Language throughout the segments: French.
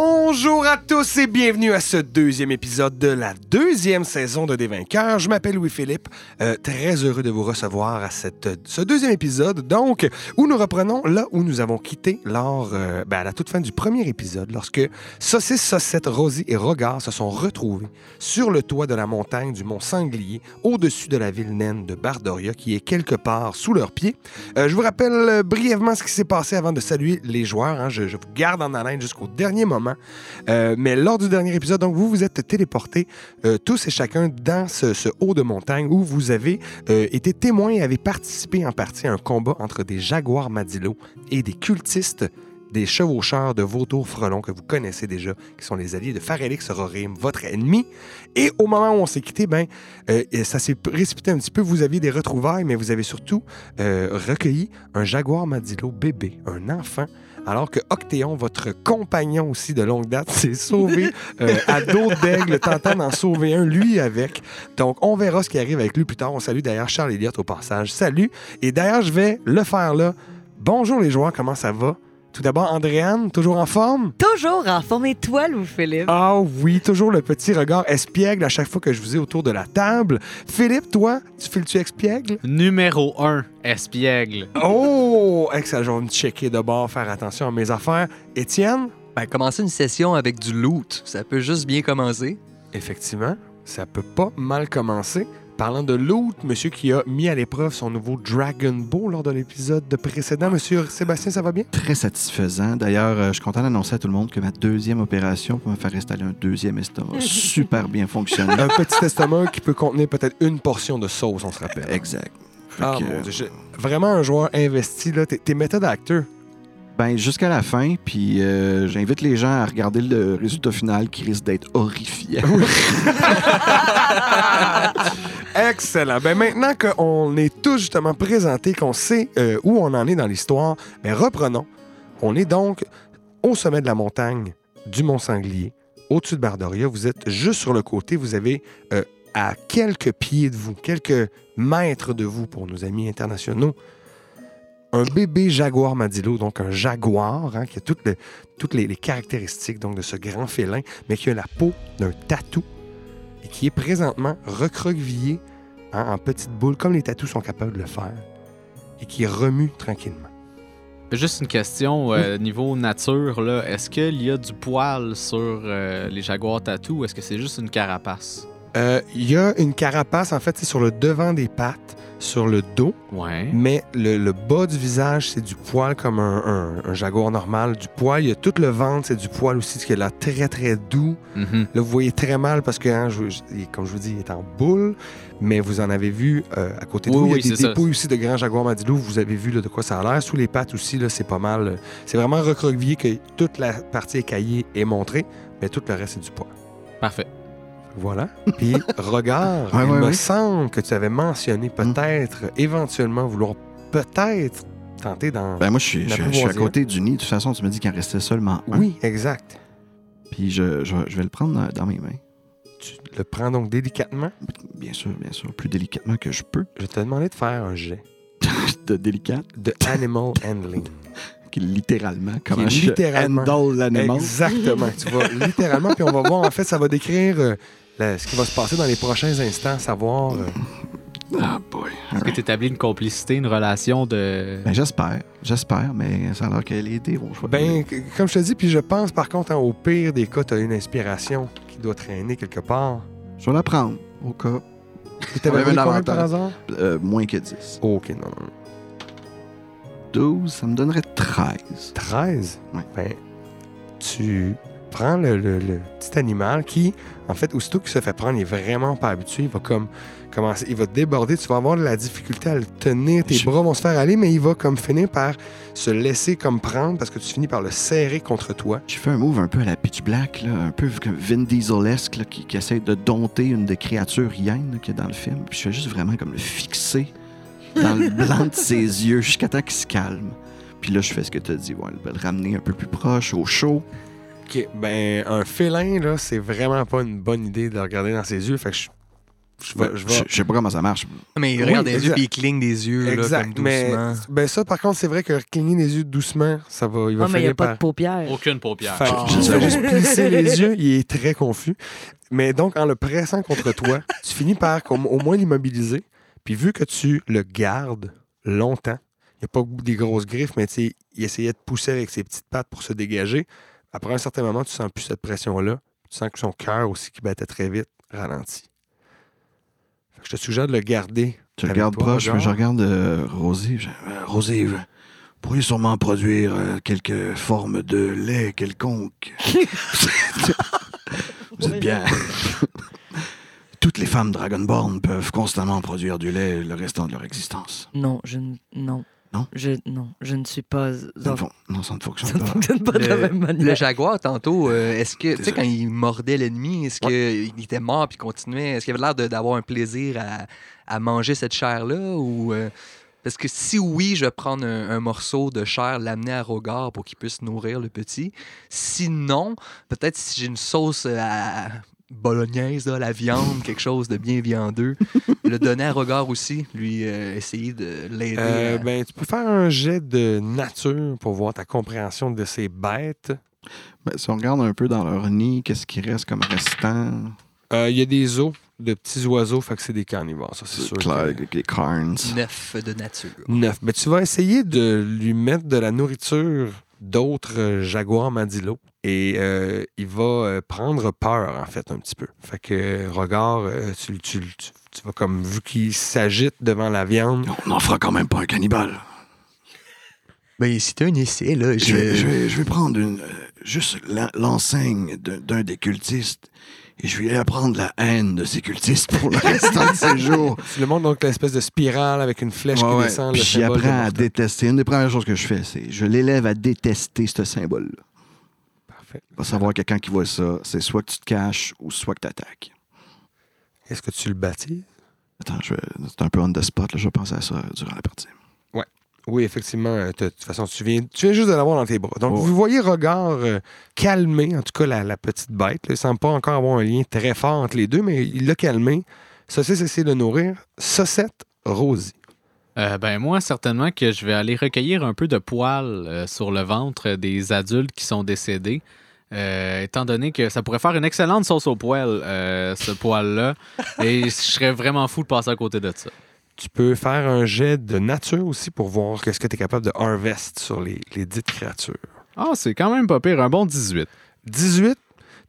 Bonjour à tous et bienvenue à ce deuxième épisode de la deuxième saison de Des Vainqueurs. Je m'appelle Louis-Philippe, euh, très heureux de vous recevoir à cette, ce deuxième épisode, donc, où nous reprenons là où nous avons quitté lors, euh, ben, à la toute fin du premier épisode, lorsque Saucisse, Saucette, Rosie et Rogard se sont retrouvés sur le toit de la montagne du Mont Sanglier, au-dessus de la ville naine de Bardoria, qui est quelque part sous leurs pieds. Euh, je vous rappelle euh, brièvement ce qui s'est passé avant de saluer les joueurs. hein. Je, je vous garde en haleine jusqu'au dernier moment. Euh, mais lors du dernier épisode, donc, vous vous êtes téléportés euh, tous et chacun dans ce, ce haut de montagne où vous avez euh, été témoin et avez participé en partie à un combat entre des jaguars madilo et des cultistes des chevaucheurs de vautours frelons que vous connaissez déjà, qui sont les alliés de Farelix Rorim, votre ennemi. Et au moment où on s'est quitté, ben, euh, et ça s'est précipité un petit peu. Vous aviez des retrouvailles, mais vous avez surtout euh, recueilli un jaguar madilo bébé, un enfant, alors que Octéon, votre compagnon aussi de longue date, s'est sauvé euh, à dos d'aigle, tentant d'en sauver un, lui avec. Donc, on verra ce qui arrive avec lui plus tard. On salue d'ailleurs Charles Elliott au passage. Salut. Et d'ailleurs, je vais le faire là. Bonjour les joueurs, comment ça va? Tout d'abord, Andréane, toujours en forme? Toujours en forme étoile, vous, Philippe. Ah oui, toujours le petit regard espiègle à chaque fois que je vous ai autour de la table. Philippe, toi, tu files-tu espiègle? Numéro 1, espiègle. Oh! Excellent, je vais me checker de bord, faire attention à mes affaires. Étienne? Ben, commencer une session avec du loot, ça peut juste bien commencer. Effectivement, ça peut pas mal commencer. Parlant de l'autre, monsieur qui a mis à l'épreuve son nouveau Dragon Ball lors de l'épisode de précédent. Monsieur Sébastien, ça va bien? Très satisfaisant. D'ailleurs, euh, je suis content d'annoncer à tout le monde que ma deuxième opération pour me faire installer un deuxième estomac a super bien fonctionné. Un petit estomac qui peut contenir peut-être une portion de sauce, on se rappelle. exact. Fait Ah que, mon Dieu, j'ai- vraiment un joueur investi, là. Tes, tes méthodes à acteur. Ben, jusqu'à la fin, puis euh, j'invite les gens à regarder le résultat final qui risque d'être horrifiant. Excellent. Ben maintenant qu'on est tous justement présentés, qu'on sait euh, où on en est dans l'histoire, ben reprenons. On est donc au sommet de la montagne du Mont Sanglier, au-dessus de Bardoria. Vous êtes juste sur le côté. Vous avez euh, à quelques pieds de vous, quelques mètres de vous pour nos amis internationaux, un bébé jaguar madilo, donc un jaguar hein, qui a toutes, le- toutes les, les caractéristiques donc, de ce grand félin, mais qui a la peau d'un tatou et qui est présentement recroquevillé hein, en petites boules, comme les tatous sont capables de le faire, et qui remue tranquillement. Juste une question, euh, niveau nature, là, est-ce qu'il y a du poil sur euh, les jaguars tatou ou est-ce que c'est juste une carapace? Euh, Il y a une carapace, en fait, c'est sur le devant des pattes, sur le dos, Ouais. mais le, le bas du visage, c'est du poil comme un, un- un jaguar normal, du poil. Il y a tout le ventre, c'est du poil aussi, ce qui est là très, très doux. Mhm. Là, vous voyez très mal parce que, hein, je- je- il- comme je vous dis, il est en boule, mais vous en avez vu euh, à côté de Oui, vous. oui, il y a c'est des ça. dépôts aussi de grands jaguars madilou. Vous avez vu là, de quoi ça a l'air. Sous les pattes aussi, là, c'est pas mal. euh, C'est vraiment recroquevillé que toute la partie écaillée est montrée, mais tout le reste, c'est du poids. Parfait. Voilà. Puis, regarde, Ouais, il ouais, me ouais. Mm. semble que tu avais mentionné peut-être, éventuellement, vouloir peut-être tenter d'en... Ben, moi, je suis, je, je suis à L'apprivoiser. côté du nid. De toute façon, tu me dis qu'il en restait seulement un. oui, exact. Puis je, je, je vais le prendre dans, dans mes mains. Tu le prends donc délicatement. Bien sûr, bien sûr. Plus délicatement que je peux. Je vais te demander de faire un jet de délicat, de animal handling. qui est littéralement, comment est je littéralement. handle l'animal. Exactement. tu vas littéralement, puis on va voir, en fait, ça va décrire euh, la- ce qui va se passer dans les prochains instants, savoir. euh, Ah boy. Est-ce que tu établis une complicité, une relation de. Ben, j'espère, j'espère, mais ça a l'air qu'elle est des choix. ben, c- comme je te dis, puis je pense, par contre, hein, au pire des cas, tu as une inspiration qui doit traîner quelque part. Je vais la prendre, au cas. Tu t'avais Ouais, donné mais combien par l'avantage. hasard? euh, moins que 10. Ok, non, non. non. 12, ça me donnerait 13. 13? Ouais. Ben, tu prends le, le- le petit animal qui, en fait, aussitôt qu'il se fait prendre, il est vraiment pas habitué. Il va comme commencer, il va déborder. Tu vas avoir de la difficulté à le tenir. Tes Je- bras vont se faire aller, mais il va comme finir par se laisser comme prendre parce que tu finis par le serrer contre toi. J'ai fait un move un peu à la pitch black, là, un peu comme Vin Diesel-esque, là, qui, qui essaie de dompter une des créatures hyènes là, qu'il y a dans le film. Puis je fais juste vraiment comme le fixer dans le blanc de ses yeux jusqu'à temps qu'il se calme. Puis là, je fais ce que tu as dit, ouais, le le ramener un peu plus proche, au chaud. OK. Ben, un félin, là, c'est vraiment pas une bonne idée de le regarder dans ses yeux. Fait que je Je Ben, vais- je Je vais- je sais pas comment ça marche. Mais Oui, regarde, les yeux, exact. puis il cligne des yeux, là, comme Exact. Mais doucement. ben ça, par contre, c'est vrai que cligner les yeux doucement, ça va. Il va Non, Oh, Ah, mais il n'y a finir pas par- de paupières. Aucune paupière. Fait que Oh. tu fais juste plisser les yeux, il est très confus. Mais donc, en le pressant contre toi, tu finis par comme, au moins l'immobiliser. Puis vu que tu le gardes longtemps, il n'y a pas des grosses griffes, mais tu sais, il essayait de pousser avec ses petites pattes pour se dégager. Après un certain moment, tu sens plus cette pression-là. Tu sens que son cœur aussi qui battait très vite ralentit. Fait que je te suggère de le garder. Je Avec regarde toi, proche, mais je genre? regarde euh, Rosé. Je- euh, Rosé, vous pourriez sûrement produire euh, quelque forme de lait quelconque. vous êtes bien. Toutes les femmes Dragonborn peuvent constamment produire du lait le restant de leur existence. Non, je ne. Non. Non? Je, non, je ne suis pas. Ça ne fon- Non, ça ne fonctionne Ça ne pas. fonctionne pas de la même Le manière. jaguar, tantôt, euh, est-ce que, tu sais, Désolé. quand il mordait l'ennemi, est-ce qu'il était mort puis il continuait? Est-ce qu'il avait l'air de- d'avoir un plaisir à, à manger cette chair-là? Ou, euh, parce que si oui, je vais prendre un, un morceau de chair, l'amener à Rogard pour qu'il puisse nourrir le petit. Sinon, peut-être si j'ai une sauce euh, à bolognaise, là, à la viande, quelque chose de bien viandeux, le donner à Rogard aussi, lui euh, essayer de l'aider. Euh, à- ben, tu peux faire un jet de nature pour voir ta compréhension de ces bêtes. Ben, si on regarde un peu dans leur nid, qu'est-ce qui reste comme restant? Euh, Il y a des os de petits oiseaux, fait que c'est des carnivores, ça, c'est sûr. clair, que- avec les carnes. Neuf de nature. Neuf. Mais tu vas essayer de lui mettre de la nourriture d'autres euh, jaguars mandilo et euh, il va euh, prendre peur, en fait, un petit peu. Fait que, euh, regard, euh, tu, le- tu le- tu- tu vas comme, vu qu'il s'agite devant la viande, On n'en fera quand même pas un cannibale. Ben, si t'as un essai, là, Je vais, je vais- je vais prendre une, euh, juste l'en- l'enseigne d'un d'un des cultistes et je vais lui apprendre la haine de ces cultistes pour le restant de ses jours. tu le montres donc l'espèce de spirale avec une flèche Ouais, qui ouais. descend. Puis le j'y symbole de apprends à Monster. détester. Une des premières choses que je fais, c'est je l'élève à détester ce symbole-là. Parfait. Il va savoir que quand il voit ça, c'est soit que tu te caches ou soit que tu attaques. Est-ce que tu le bâtis? Attends, je vais- c'est un peu on the spot, là, je vais penser à ça durant la partie. Oui, effectivement. euh, t'as- De toute façon, tu viens, tu viens juste de l'avoir dans tes bras. Donc, Ouais. vous voyez regard euh, calmé, en tout cas la, la petite bête. là. il semble pas encore avoir un lien très fort entre les deux, mais il l'a calmé. Saucisse essaie de le nourrir. Saucette, Rosie. Euh, ben moi, certainement que je vais aller recueillir un peu de poils euh, sur le ventre des adultes qui sont décédés. Euh, étant donné que ça pourrait faire une excellente sauce au poil, euh, ce poil-là. et je serais vraiment fou de passer à côté de ça. Tu peux faire un jet de nature aussi pour voir qu'est-ce que tu es capable de harvest sur les, les dites créatures. Ah, c'est quand même pas pire. Un bon 18. 18,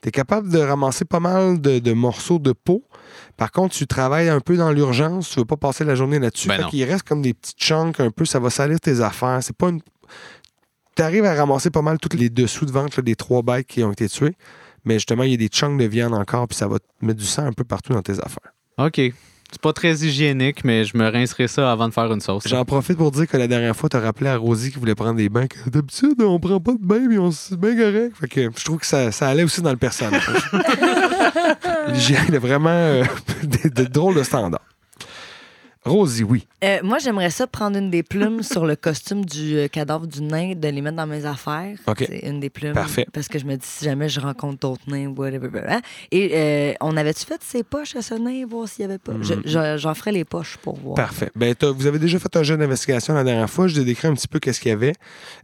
tu es capable de ramasser pas mal de, de morceaux de peau. Par contre, tu travailles un peu dans l'urgence, tu veux pas passer la journée là-dessus. Ben Fait non. qu'il reste comme des petits chunks un peu, ça va salir tes affaires. C'est pas une. Tu arrives à ramasser pas mal tous les dessous de ventre là, des trois bêtes qui ont été tuées. Mais justement, il y a des chunks de viande encore, puis ça va te mettre du sang un peu partout dans tes affaires. OK. C'est pas très hygiénique, mais je me rincerai ça avant de faire une sauce. J'en profite pour dire que la dernière fois, tu as rappelé à Rosie qui voulait prendre des bains. que D'habitude, on prend pas de bain, mais on se met correct. Fait que je trouve que ça, ça allait aussi dans le personnage. L'hygiène est vraiment euh, de, de drôle de standard. Rosie, oui. Euh, moi, j'aimerais ça prendre une des plumes sur le costume du euh, cadavre du nain, de les mettre dans mes affaires. OK. C'est une des plumes. Parfait. Parce que je me dis, si jamais je rencontre d'autres nains, whatever. blablabla. Et euh, on avait-tu fait ses poches à ce nain, voir s'il y avait pas? Je- Mm. je- J'en ferai les poches pour voir. Parfait. Ben, t'as- vous avez déjà fait un jeu d'investigation la dernière fois. Je t'ai décrit un petit peu qu'est-ce qu'il y avait.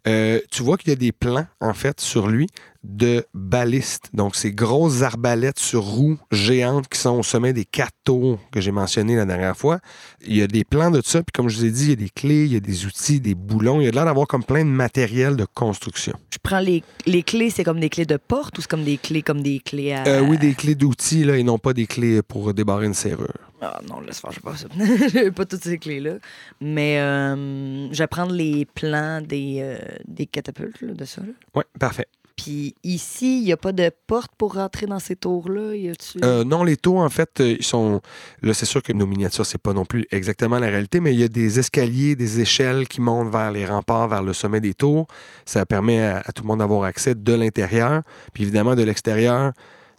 Euh, tu vois qu'il y a des plans, en fait, sur lui de balistes. Donc, ces grosses arbalètes sur roues géantes qui sont au sommet des quatre tours que j'ai mentionné la dernière fois. Il y a des plans de tout ça. Puis, comme je vous ai dit, il y a des clés, il y a des outils, des boulons. Il y a de l'air d'avoir comme plein de matériel de construction. Je prends les, les clés, c'est comme des clés de porte ou c'est comme des clés comme des clés à. Euh, oui, des clés d'outils, là, et non pas des clés pour débarrer une serrure. Ah non, laisse faire, je pas ça. J'ai pas toutes ces clés-là. Mais euh, je vais prendre les plans des, euh, des catapultes, là, de ça. là. Oui, parfait. Puis ici, il n'y a pas de porte pour rentrer dans ces tours-là. Y a-tu. Euh, non, les taux, en fait, euh, ils sont. Là, c'est sûr que nos miniatures, c'est pas non plus exactement la réalité, mais il y a des escaliers, des échelles qui montent vers les remparts, vers le sommet des tours. Ça permet à, à tout le monde d'avoir accès de l'intérieur. Puis évidemment, de l'extérieur,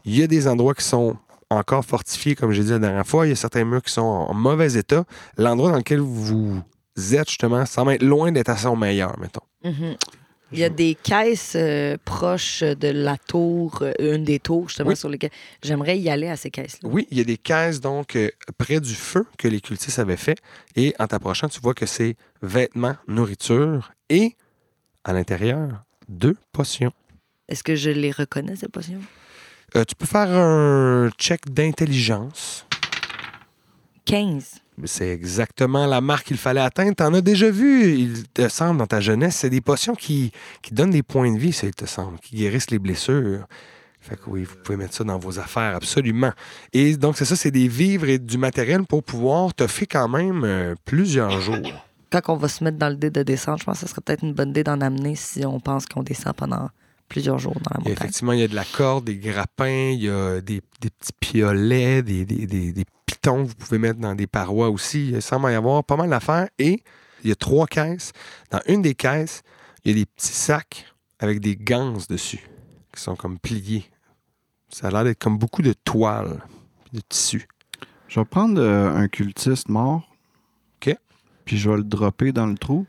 il y a des endroits qui sont encore fortifiés, comme j'ai dit la dernière fois. Il y a certains murs qui sont en en mauvais état. L'endroit dans lequel vous êtes, justement, semble être loin d'être à son meilleur, mettons. Mhm. Il y a des caisses euh, proches de la tour, euh, une des tours, justement, Oui. sur lesquelles. J'aimerais y aller à ces caisses-là. Oui, il y a des caisses, donc, euh, près du feu que les cultistes avaient fait. Et en t'approchant, tu vois que c'est vêtements, nourriture et, à l'intérieur, deux potions. Est-ce que je les reconnais, ces potions? Euh, tu peux faire un check d'intelligence. 15. C'est exactement la marque qu'il fallait atteindre. T'en as déjà vu, il te semble, dans ta jeunesse. C'est des potions qui, qui donnent des points de vie, ça, il te semble, qui guérissent les blessures. Fait que oui, vous pouvez mettre ça dans vos affaires, absolument. Et donc, c'est ça, c'est des vivres et du matériel pour pouvoir te faire quand même euh, plusieurs jours. Quand on va se mettre dans le dé de descente, je pense que ce serait peut-être une bonne idée d'en amener si on pense qu'on descend pendant plusieurs jours dans la Il y a montagne. effectivement, il y a de la corde, des grappins, il y a des, des petits piolets, des, des, des- des pitons que vous pouvez mettre dans des parois aussi. Il semble y avoir pas mal d'affaires. Et il y a trois caisses. Dans une des caisses, il y a des petits sacs avec des ganses dessus qui sont comme pliés. Ça a l'air d'être comme beaucoup de toiles, de tissus. Je vais prendre euh, un cultiste mort. OK. Puis je vais le dropper dans le trou.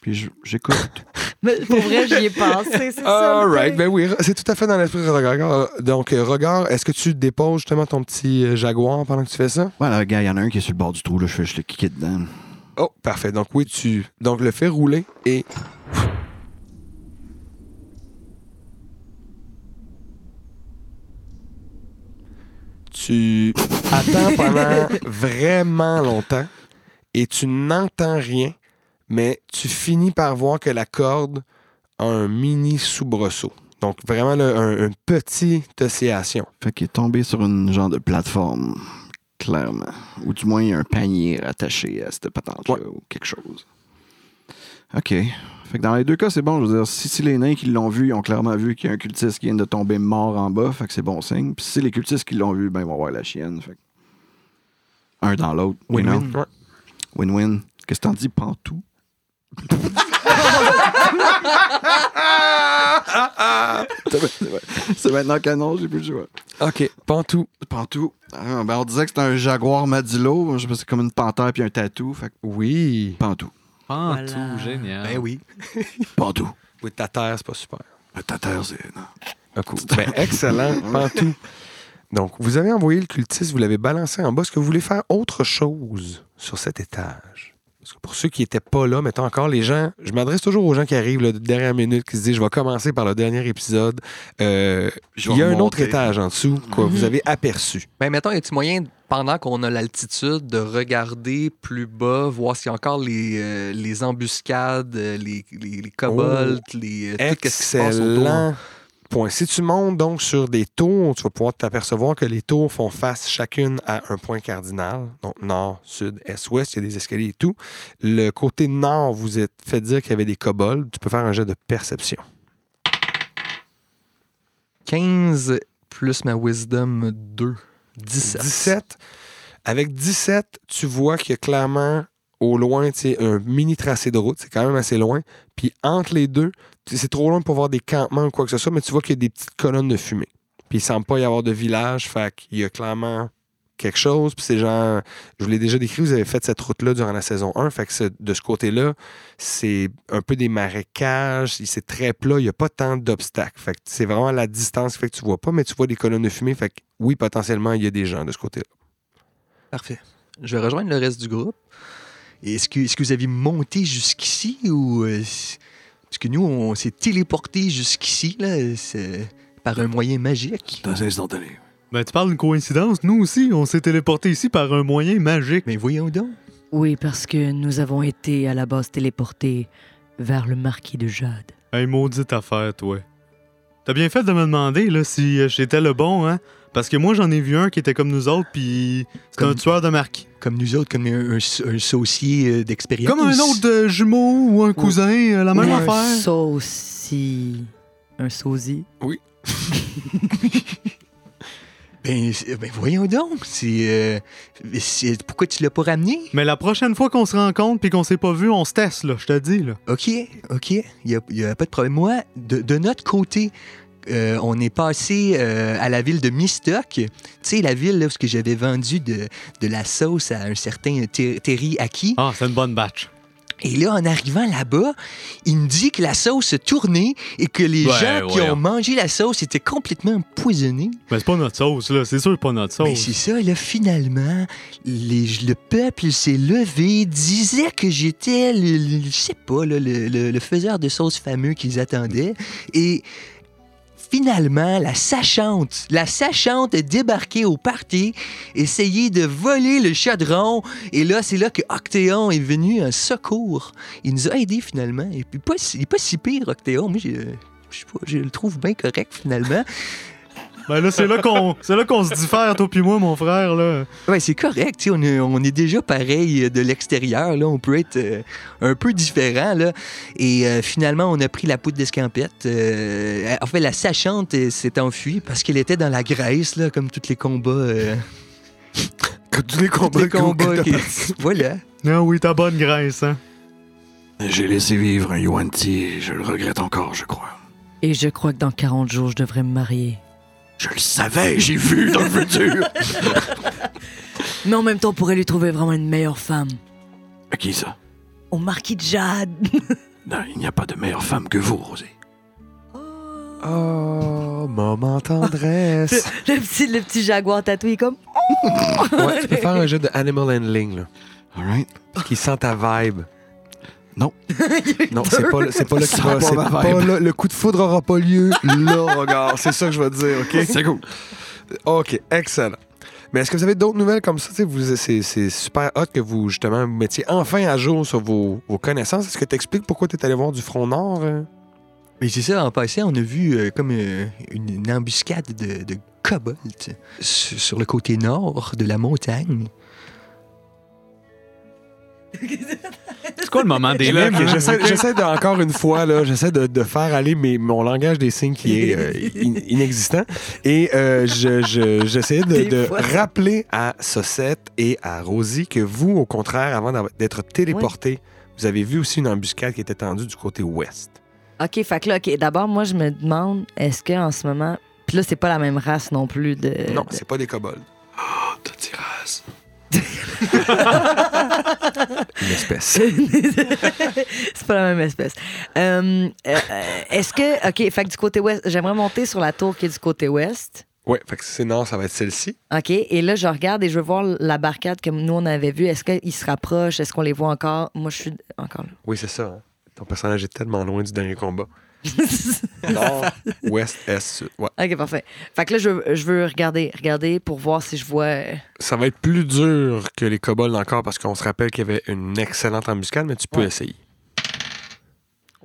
Puis je- j'écoute. Mais pour vrai, j'y ai pensé, c'est ça. All le right, dé. ben oui, c'est tout à fait dans l'esprit de regard. Donc, euh, regard, est-ce que tu déposes justement ton petit euh, jaguar pendant que tu fais ça? voilà, gars, il y en a un qui est sur le bord du trou. Là, je, fais- je le kické dedans. Oh, parfait. Donc oui, tu donc le fais rouler et tu attends pendant vraiment longtemps et tu n'entends rien, mais tu finis par voir que la corde a un mini soubresaut. Donc vraiment là, un- une petite oscillation. Fait qu'il est tombé sur une genre de plateforme, clairement. Ou du moins, il y a un panier attaché à cette patente-là Ouais. ou quelque chose. OK. Fait que dans les deux cas, c'est bon. Je veux dire, si, si les nains qui l'ont vu, ils ont clairement vu qu'il y a un cultiste qui vient de tomber mort en bas, fait que c'est bon signe. Puis si les cultistes qui l'ont vu, ben, ils vont voir la chienne. Fait que... Un dans l'autre. you know? Ouais. Win-win. Qu'est-ce que t'en dis, Pantou? C'est vrai, c'est vrai. C'est maintenant canon, j'ai plus le choix. Ok, Pantou. Pantou. Ah, ben on disait que c'était un jaguar madilo. Je sais pas, c'est comme une panthère puis un tatou. Fait que Oui. pantou. Pantou, Voilà. Ah, génial. Ben oui. Pantou. Oui, ta terre, c'est pas super. Un tateur, c'est. Non. Un coup. Ben, excellent, Pantou. Donc, vous avez envoyé le cultiste, vous l'avez balancé en bas. Est-ce que vous voulez faire autre chose sur cet étage? Parce que pour ceux qui n'étaient pas là, mettons encore les gens, je m'adresse toujours aux gens qui arrivent là, de dernière minute, qui se disent, je vais commencer par le dernier épisode. Euh, Je vais il y a un remonter. autre étage en dessous que vous avez aperçu. Ben, mettons, y a-tu moyen, pendant qu'on a l'altitude, de regarder plus bas, voir s'il y a encore les, euh, les embuscades, euh, les, les, les kobolds, les, euh, tout ce qui se passe autour? Excellent point. Si tu montes donc sur des tours, tu vas pouvoir t'apercevoir que les tours font face chacune à un point cardinal. Donc nord, sud, est, ouest, il y a des escaliers et tout. Le côté nord, vous êtes fait dire qu'il y avait des kobolds. Tu peux faire un jet de perception. 15 plus ma wisdom 2. 17. 17. Avec 17, tu vois qu'il y a clairement au loin tu sais, un mini tracé de route. C'est quand même assez loin. Puis entre les deux, tu- c'est trop loin pour voir des campements ou quoi que ce soit, mais tu vois qu'il y a des petites colonnes de fumée. Puis il semble pas y avoir de village. Fait qu'il y a clairement quelque chose. Puis ces gens, je vous l'ai déjà décrit, vous avez fait cette route-là durant la saison 1. Fait que ce- de ce côté-là, c'est un peu des marécages. il- C'est très plat. Il n'y a pas tant d'obstacles. Fait que c'est vraiment la distance qui fait que tu vois pas, mais tu vois des colonnes de fumée. Fait que oui, potentiellement, il y a des gens de ce côté-là. Parfait. Je vais rejoindre le reste du groupe. Et Est-ce que, est-ce que vous avez monté jusqu'ici ou. euh, c'est- parce que nous, on s'est téléporté jusqu'ici, là, c'est- par un moyen magique. C'est instantané. Ben, tu parles d'une coïncidence. Nous aussi, on s'est téléporté ici par un moyen magique. Mais voyons donc. Oui, parce que nous avons été à la base téléportés vers le marquis de Jade. Hey, maudite affaire, toi. T'as bien fait de me demander là, si euh, j'étais le bon, hein? Parce que moi, j'en ai vu un qui était comme nous autres, puis c'était Comme- un tueur de marque. Comme nous autres, comme un, un- un saucier euh, d'expérience. Comme un autre euh, jumeau ou un cousin, euh, la même Ou Un affaire. sauci. Un sosie. Ben, c'est- ben voyons donc. C'est, euh, c'est- pourquoi tu l'as pas ramené? Mais la prochaine fois qu'on se rencontre puis qu'on s'est pas vu, on se teste, là, je te dis, là. OK, OK, il n'y a, y a pas de problème. Moi, de, de notre côté, euh, on est passé euh, à la ville de Mistock. Tu sais, la ville là, où est-ce que j'avais vendu de, de la sauce à un certain Ter- Terry Aki. Ah, c'est une bonne batch. Et là, en arrivant là-bas, il me dit que la sauce se tournait et que les Ouais, gens qui voyons. ont mangé la sauce étaient complètement empoisonnés. Mais c'est pas notre sauce, là. C'est sûr, pas notre Mais c'est ça, là, finalement, les- le peuple s'est levé, disait que j'étais, le, le- je sais pas, là, le, le- le faiseur de sauce fameux qu'ils attendaient. Et finalement, la sachante, la sachante est débarquée au party, essayé de voler le chadron. Et là, c'est là que Octéon est venu en secours. Il nous a aidés, finalement. Et puis, pas, si- il est pas si pire, Octéon. Moi, j'ai- je sais pas, je le trouve bien correct, finalement. Ben là, c'est là qu'on c'est là qu'on se diffère, toi puis moi, mon frère. Là. Ouais, c'est correct. tu sais, On est, on est déjà pareil euh, de l'extérieur. là. On peut être euh, un peu différent. Là. Et euh, finalement, on a pris la poudre d'escampette. euh, en fait, la sachante euh, s'est enfuie parce qu'elle était dans la Grèce, là, comme tous les combats. euh, Quand tu les tous combats, les combats qui- Voilà. Ah oui, ta bonne graisse, hein. J'ai laissé vivre un Yuan-Ti, je le regrette encore, je crois. Et je crois que dans 40 jours, je devrais me marier. Je le savais, j'ai vu dans le futur. Mais en même temps, on pourrait lui trouver vraiment une meilleure femme. À qui ça Au marquis de Jade. Non, il n'y a pas de meilleure femme que vous, Rosé. Oh, moment tendresse. Le petit, le petit jaguar tatoué comme... ouais, tu peux faire un jeu de Animal Handling, là. All right. Puis qu'il sent ta vibe. Non. non, c'est pas, le- c'est pas là que Ça tu vas- sent pas c'est ma pas vibe. là- Le coup de foudre aura pas lieu là, regarde. C'est ça que je veux te dire, OK? C'est cool. OK, excellent. Mais est-ce que vous avez d'autres nouvelles comme ça? Tu sais, vous- C'est c'est super hot que vous, justement, vous mettiez enfin à jour sur vos, vos connaissances. Est-ce que tu expliques pourquoi tu es allé voir du Front Nord? hein? Mais c'est ça, en passant, on a vu euh, comme euh, une, une embuscade de, de kobold sur, sur le côté nord de la montagne. C'est quoi le moment des Et là, limes? ok, hein? j'essaie- J'essaie de- encore une fois, là, j'essaie de, de faire aller mes- mon langage des signes qui est euh, in- inexistant. Et euh, je- je- j'essayais de, Des de fois. rappeler à Sossette et à Rosie que vous, au contraire, avant d'av- d'être téléporté, vous avez vu aussi une embuscade qui était tendue du côté ouest. OK, fait que là, OK, d'abord, moi, je me demande, est-ce qu'en ce moment... Puis là, c'est pas la même race non plus de... non, de- c'est pas des kobolds. Oh, t'as dit race. Une espèce. c'est pas la même espèce. Euh, euh, euh, est-ce que... OK, fait que du côté ouest, j'aimerais monter sur la tour qui est du côté ouest. Ouais, fait que c'est non, ça va être celle-ci. OK, et là, je regarde et je veux voir la barcade que nous, on avait vue. Est-ce qu'ils se rapprochent? Est-ce qu'on les voit encore? Moi, je suis encore là. Oui, c'est ça. hein. Ton personnage est tellement loin du dernier combat. Nord, ouest, est, sud. Ouais. OK, parfait. Fait que là, je, veux- je veux regarder, regarder pour voir si je vois... euh, Ça va être plus dur que les kobolds encore parce qu'on se rappelle qu'il y avait une excellente embuscade, mais tu peux essayer.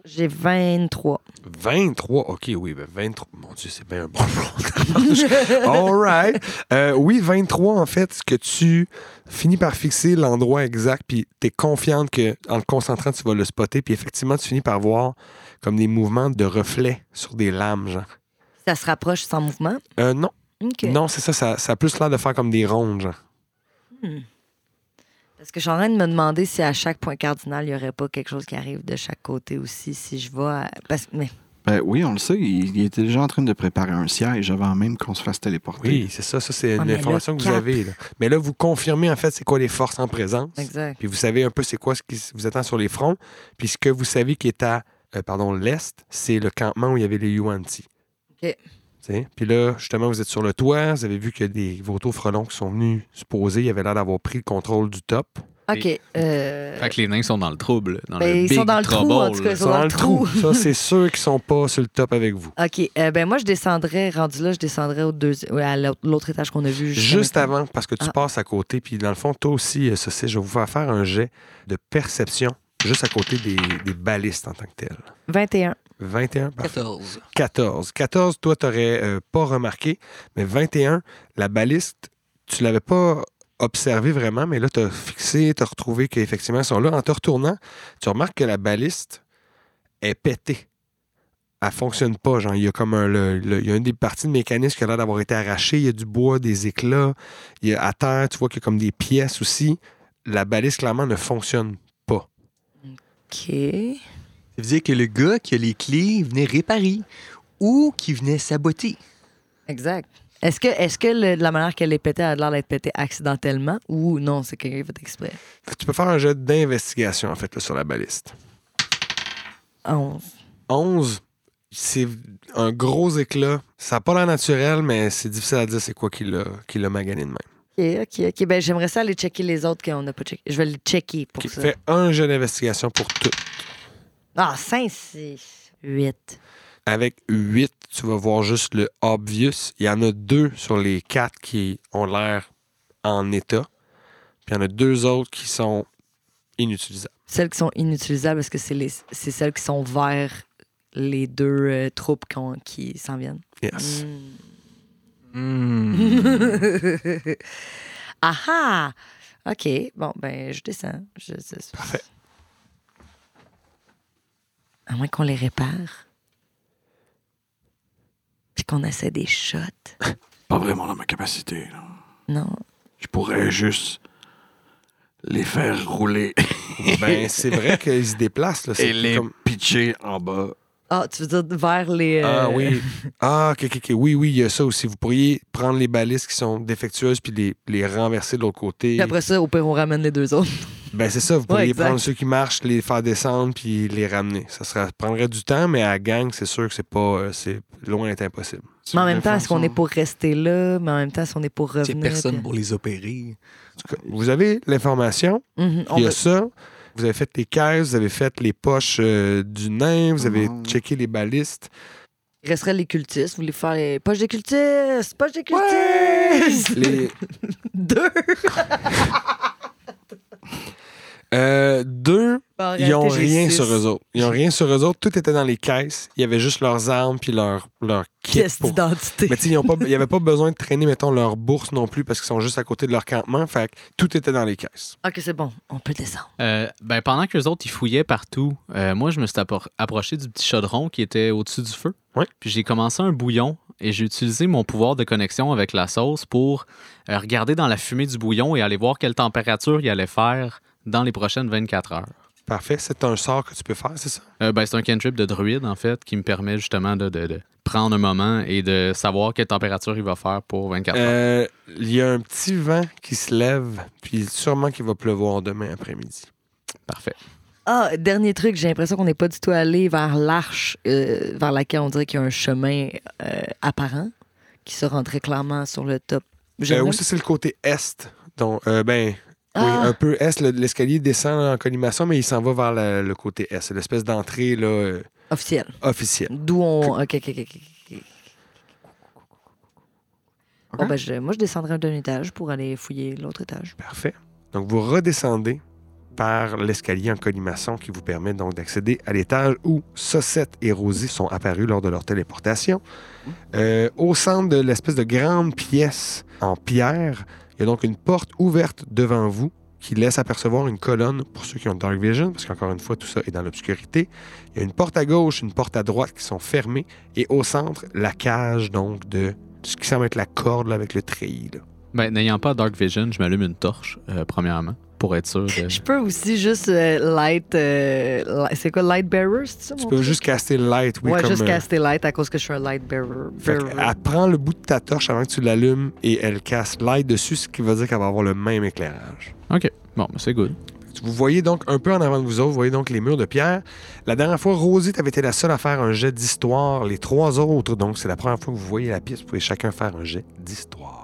J'ai 23. 23, ok, oui, ben 23. Mon Dieu, c'est bien un bon montage. All right. Euh, oui, 23, en fait, ce que tu finis par fixer l'endroit exact, puis tu es confiante que en le concentrant, tu vas le spotter, puis effectivement, tu finis par voir comme des mouvements de reflets sur des lames, genre. Ça se rapproche sans mouvement? Euh, non, OK. non, c'est ça, ça, ça a plus l'air de faire comme des rondes, genre. Parce que je suis en train de me demander si à chaque point cardinal, il n'y aurait pas quelque chose qui arrive de chaque côté aussi, si je vais à... Parce... Mais Ben oui, on le sait, il, il était déjà en train de préparer un siège avant même qu'on se fasse téléporter. Oui, c'est ça, ça, c'est Ah, une mais le information que vous cap. avez. là. Mais là, vous confirmez, en fait, c'est quoi les forces en présence. exact. Puis vous savez un peu c'est quoi ce qui s- vous attend sur les fronts. Puis ce que vous savez qui est à, euh, pardon, l'est, c'est le campement où il y avait les Yuan-Ti. OK. T'sais? Puis là, justement, vous êtes sur le toit. Vous avez vu que des vautours frelons qui sont venus se poser. Ils avaient l'air d'avoir pris le contrôle du top. OK. euh, Fait que les nains sont dans le trouble. Dans ben, le ils big sont dans le trou, en trouble, tout cas. là. Ils sont dans le trou. Ça, c'est sûr qu'ils sont pas sur le top avec vous. OK. euh, ben moi, je descendrais, rendu là, je descendrais au deuxi- ouais, à l'autre l'autre étage qu'on a vu. Juste avant. avant, parce que tu Ah. passes à côté. Puis dans le fond, toi aussi, euh, ceci, je vais vous faire faire un jet de perception juste à côté des, des balistes en tant que telles. 21. 21, parfait. 14. 14. 14, toi, t'aurais euh, pas remarqué, mais 21, la baliste, tu l'avais pas observé vraiment, mais là, t'as fixé, t'as retrouvé qu'effectivement, ils sont là. En te retournant, tu remarques que la baliste est pétée. Elle fonctionne pas, genre, il y a comme un... le- le- il y a une des parties de mécanisme qui a l'air d'avoir été arrachée, il y a du bois, des éclats, il y a à terre, tu vois qu'il y a comme des pièces aussi. La baliste, clairement, ne fonctionne pas. OK. Ça veut dire que le gars qui a les clés venait réparer ou qui venait saboter. Exact. Est-ce que, est que le- la manière qu'elle est pétée elle a l'air d'être pétée accidentellement ou non, c'est quelqu'un qui fait exprès? Tu peux faire un jet d'investigation, en fait, là, sur la baliste. 11. 11, c'est un gros éclat. Ça n'a pas l'air naturel, mais c'est difficile à dire c'est quoi qui l'a qui l'a magané de même. OK, OK, OK. Ben, j'aimerais ça aller checker les autres qu'on n'a pas checké. Je vais les checker pour Ok, ça. Fais un jet d'investigation pour tout. Ah, 5, 6, 8. Avec 8, tu vas voir juste le obvious. Il y en a deux sur les quatre qui ont l'air en état. Puis il y en a deux autres qui sont inutilisables. Celles qui sont inutilisables, parce que c'est les- c'est celles qui sont vers les deux euh, troupes qu'on- qui s'en viennent. Yes. Mm. Hmm. ah ah! OK. Bon, ben, je descends. Je, Parfait. À moins qu'on les répare. Puis qu'on essaie des shots. Pas vraiment dans ma capacité. là. Non. Je pourrais juste les faire rouler Ben, c'est vrai qu'ils se déplacent. Là. C'est et les comme- pitcher en bas. Ah, tu veux dire vers les. euh, Ah oui. Ah, ok, ok, ok. Oui, oui, il y a ça aussi. Vous pourriez prendre les balises qui sont défectueuses puis les, les renverser de l'autre côté. Puis après ça, au pire, on ramène les deux autres. Ben, c'est ça. Vous pourriez exact. prendre ceux qui marchent, les faire descendre puis les ramener. Ça sera- prendrait du temps, mais à la gang, c'est sûr que c'est pas. euh, c'est loin d'être impossible. Mais en même temps, est-ce qu'on est pour rester là? Mais en même temps, est-ce qu'on est pour Il revenir? n'y a personne puis- pour les opérer. En tout cas, vous avez l'information. Mhm, on Il y a veut- ça. Vous avez fait les caisses, vous avez fait les poches euh, du nain, vous avez Mm. Mhm. checké les balistes. euh, Il resterait les cultistes. Vous voulez faire les poches des cultistes? Poches des cultistes! Les, Deux! euh, deux, En Ils ont réalité, j'ai rien six. sur eux autres. Ils ont rien sur eux autres. Tout était dans les caisses. Il y avait juste leurs armes puis leur, leur kit. Pièce pour- d'identité. Mais tu sais, ils ont pas- il n'y avait pas besoin de traîner, mettons, leur bourse non plus parce qu'ils sont juste à côté de leur campement. Fait que tout était dans les caisses. Ok, c'est bon. On peut descendre. Euh, ben, pendant que les autres ils fouillaient partout, euh, moi je me suis appro- approché du petit chaudron qui était au-dessus du feu. Ouais. Puis j'ai commencé un bouillon et j'ai utilisé mon pouvoir de connexion avec la sauce pour euh, regarder dans la fumée du bouillon et aller voir quelle température il allait faire dans les prochaines 24 heures. Parfait. C'est un sort que tu peux faire, c'est ça? Euh, ben, c'est un cantrip de druide en fait qui me permet justement de, de- de prendre un moment et de savoir quelle température il va faire pour 24 heures. Euh, Il y a un petit vent qui se lève, puis sûrement qu'il va pleuvoir demain après-midi. Parfait. Ah, dernier truc, j'ai l'impression qu'on n'est pas du tout allé vers l'arche euh, vers laquelle on dirait qu'il y a un chemin euh, apparent qui se rend très clairement sur le top. Euh, J'aimerais- oui, ça, c'est le côté est. Donc, euh, ben, Ah! oui, un peu est. Le- L'escalier descend en colimaçon, mais il s'en va vers la- le côté est. C'est l'espèce d'entrée là, euh, officiel. officielle. D'où on. Ok, ok, ok. ok, ok. Ok. Bon, ben, je- moi, je descendrai d'un étage pour aller fouiller l'autre étage. Parfait. Donc, vous redescendez par l'escalier en colimaçon qui vous permet donc d'accéder à l'étage où Sossette et Rosie sont apparus lors de leur téléportation. Mmh. Euh, au centre de l'espèce de grande pièce en pierre, il y a donc une porte ouverte devant vous qui laisse apercevoir une colonne pour ceux qui ont Dark Vision, parce qu'encore une fois, tout ça est dans l'obscurité. Il y a une porte à gauche, une porte à droite qui sont fermées, et au centre, la cage donc de ce qui semble être la corde là, avec le treillis. là. Ben, n'ayant pas Dark Vision, je m'allume une torche, euh, premièrement, pour être sûr Euh. de. Je peux aussi juste euh, light. euh, li- c'est quoi, light bearer, c'est ça? Tu mon peux truc? juste caster light, oui, ouais, comme... juste euh, caster light à cause que je suis un light bearer. Fait que, ah. bearer. elle prend le bout de ta torche avant que tu l'allumes et elle casse light dessus, ce qui veut dire qu'elle va avoir le même éclairage. Ok, bon, ben, c'est good. Vous voyez donc un peu en avant de vous autres, vous voyez donc les murs de pierre. La dernière fois, Rosie, t'avais été la seule à faire un jet d'histoire. Les trois autres, donc c'est la première fois que vous voyez la pièce, vous pouvez chacun faire un jet d'histoire.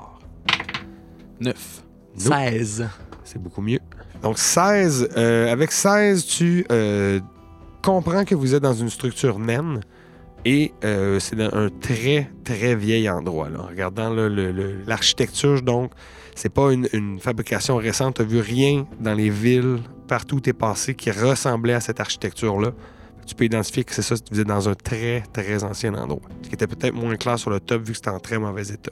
9. Nope. 16. C'est beaucoup mieux. Donc 16, euh, avec 16, tu euh, comprends que vous êtes dans une structure naine et euh, c'est dans un très, très vieil endroit. là. En regardant là, le- le- l'architecture, donc, c'est pas une, une fabrication récente. Tu vu rien dans les villes, partout où tu es passé, qui ressemblait à cette architecture-là. Tu peux identifier que c'est ça, vous êtes dans un très, très ancien endroit. Ce qui était peut-être moins clair sur le top vu que c'était en très mauvais état.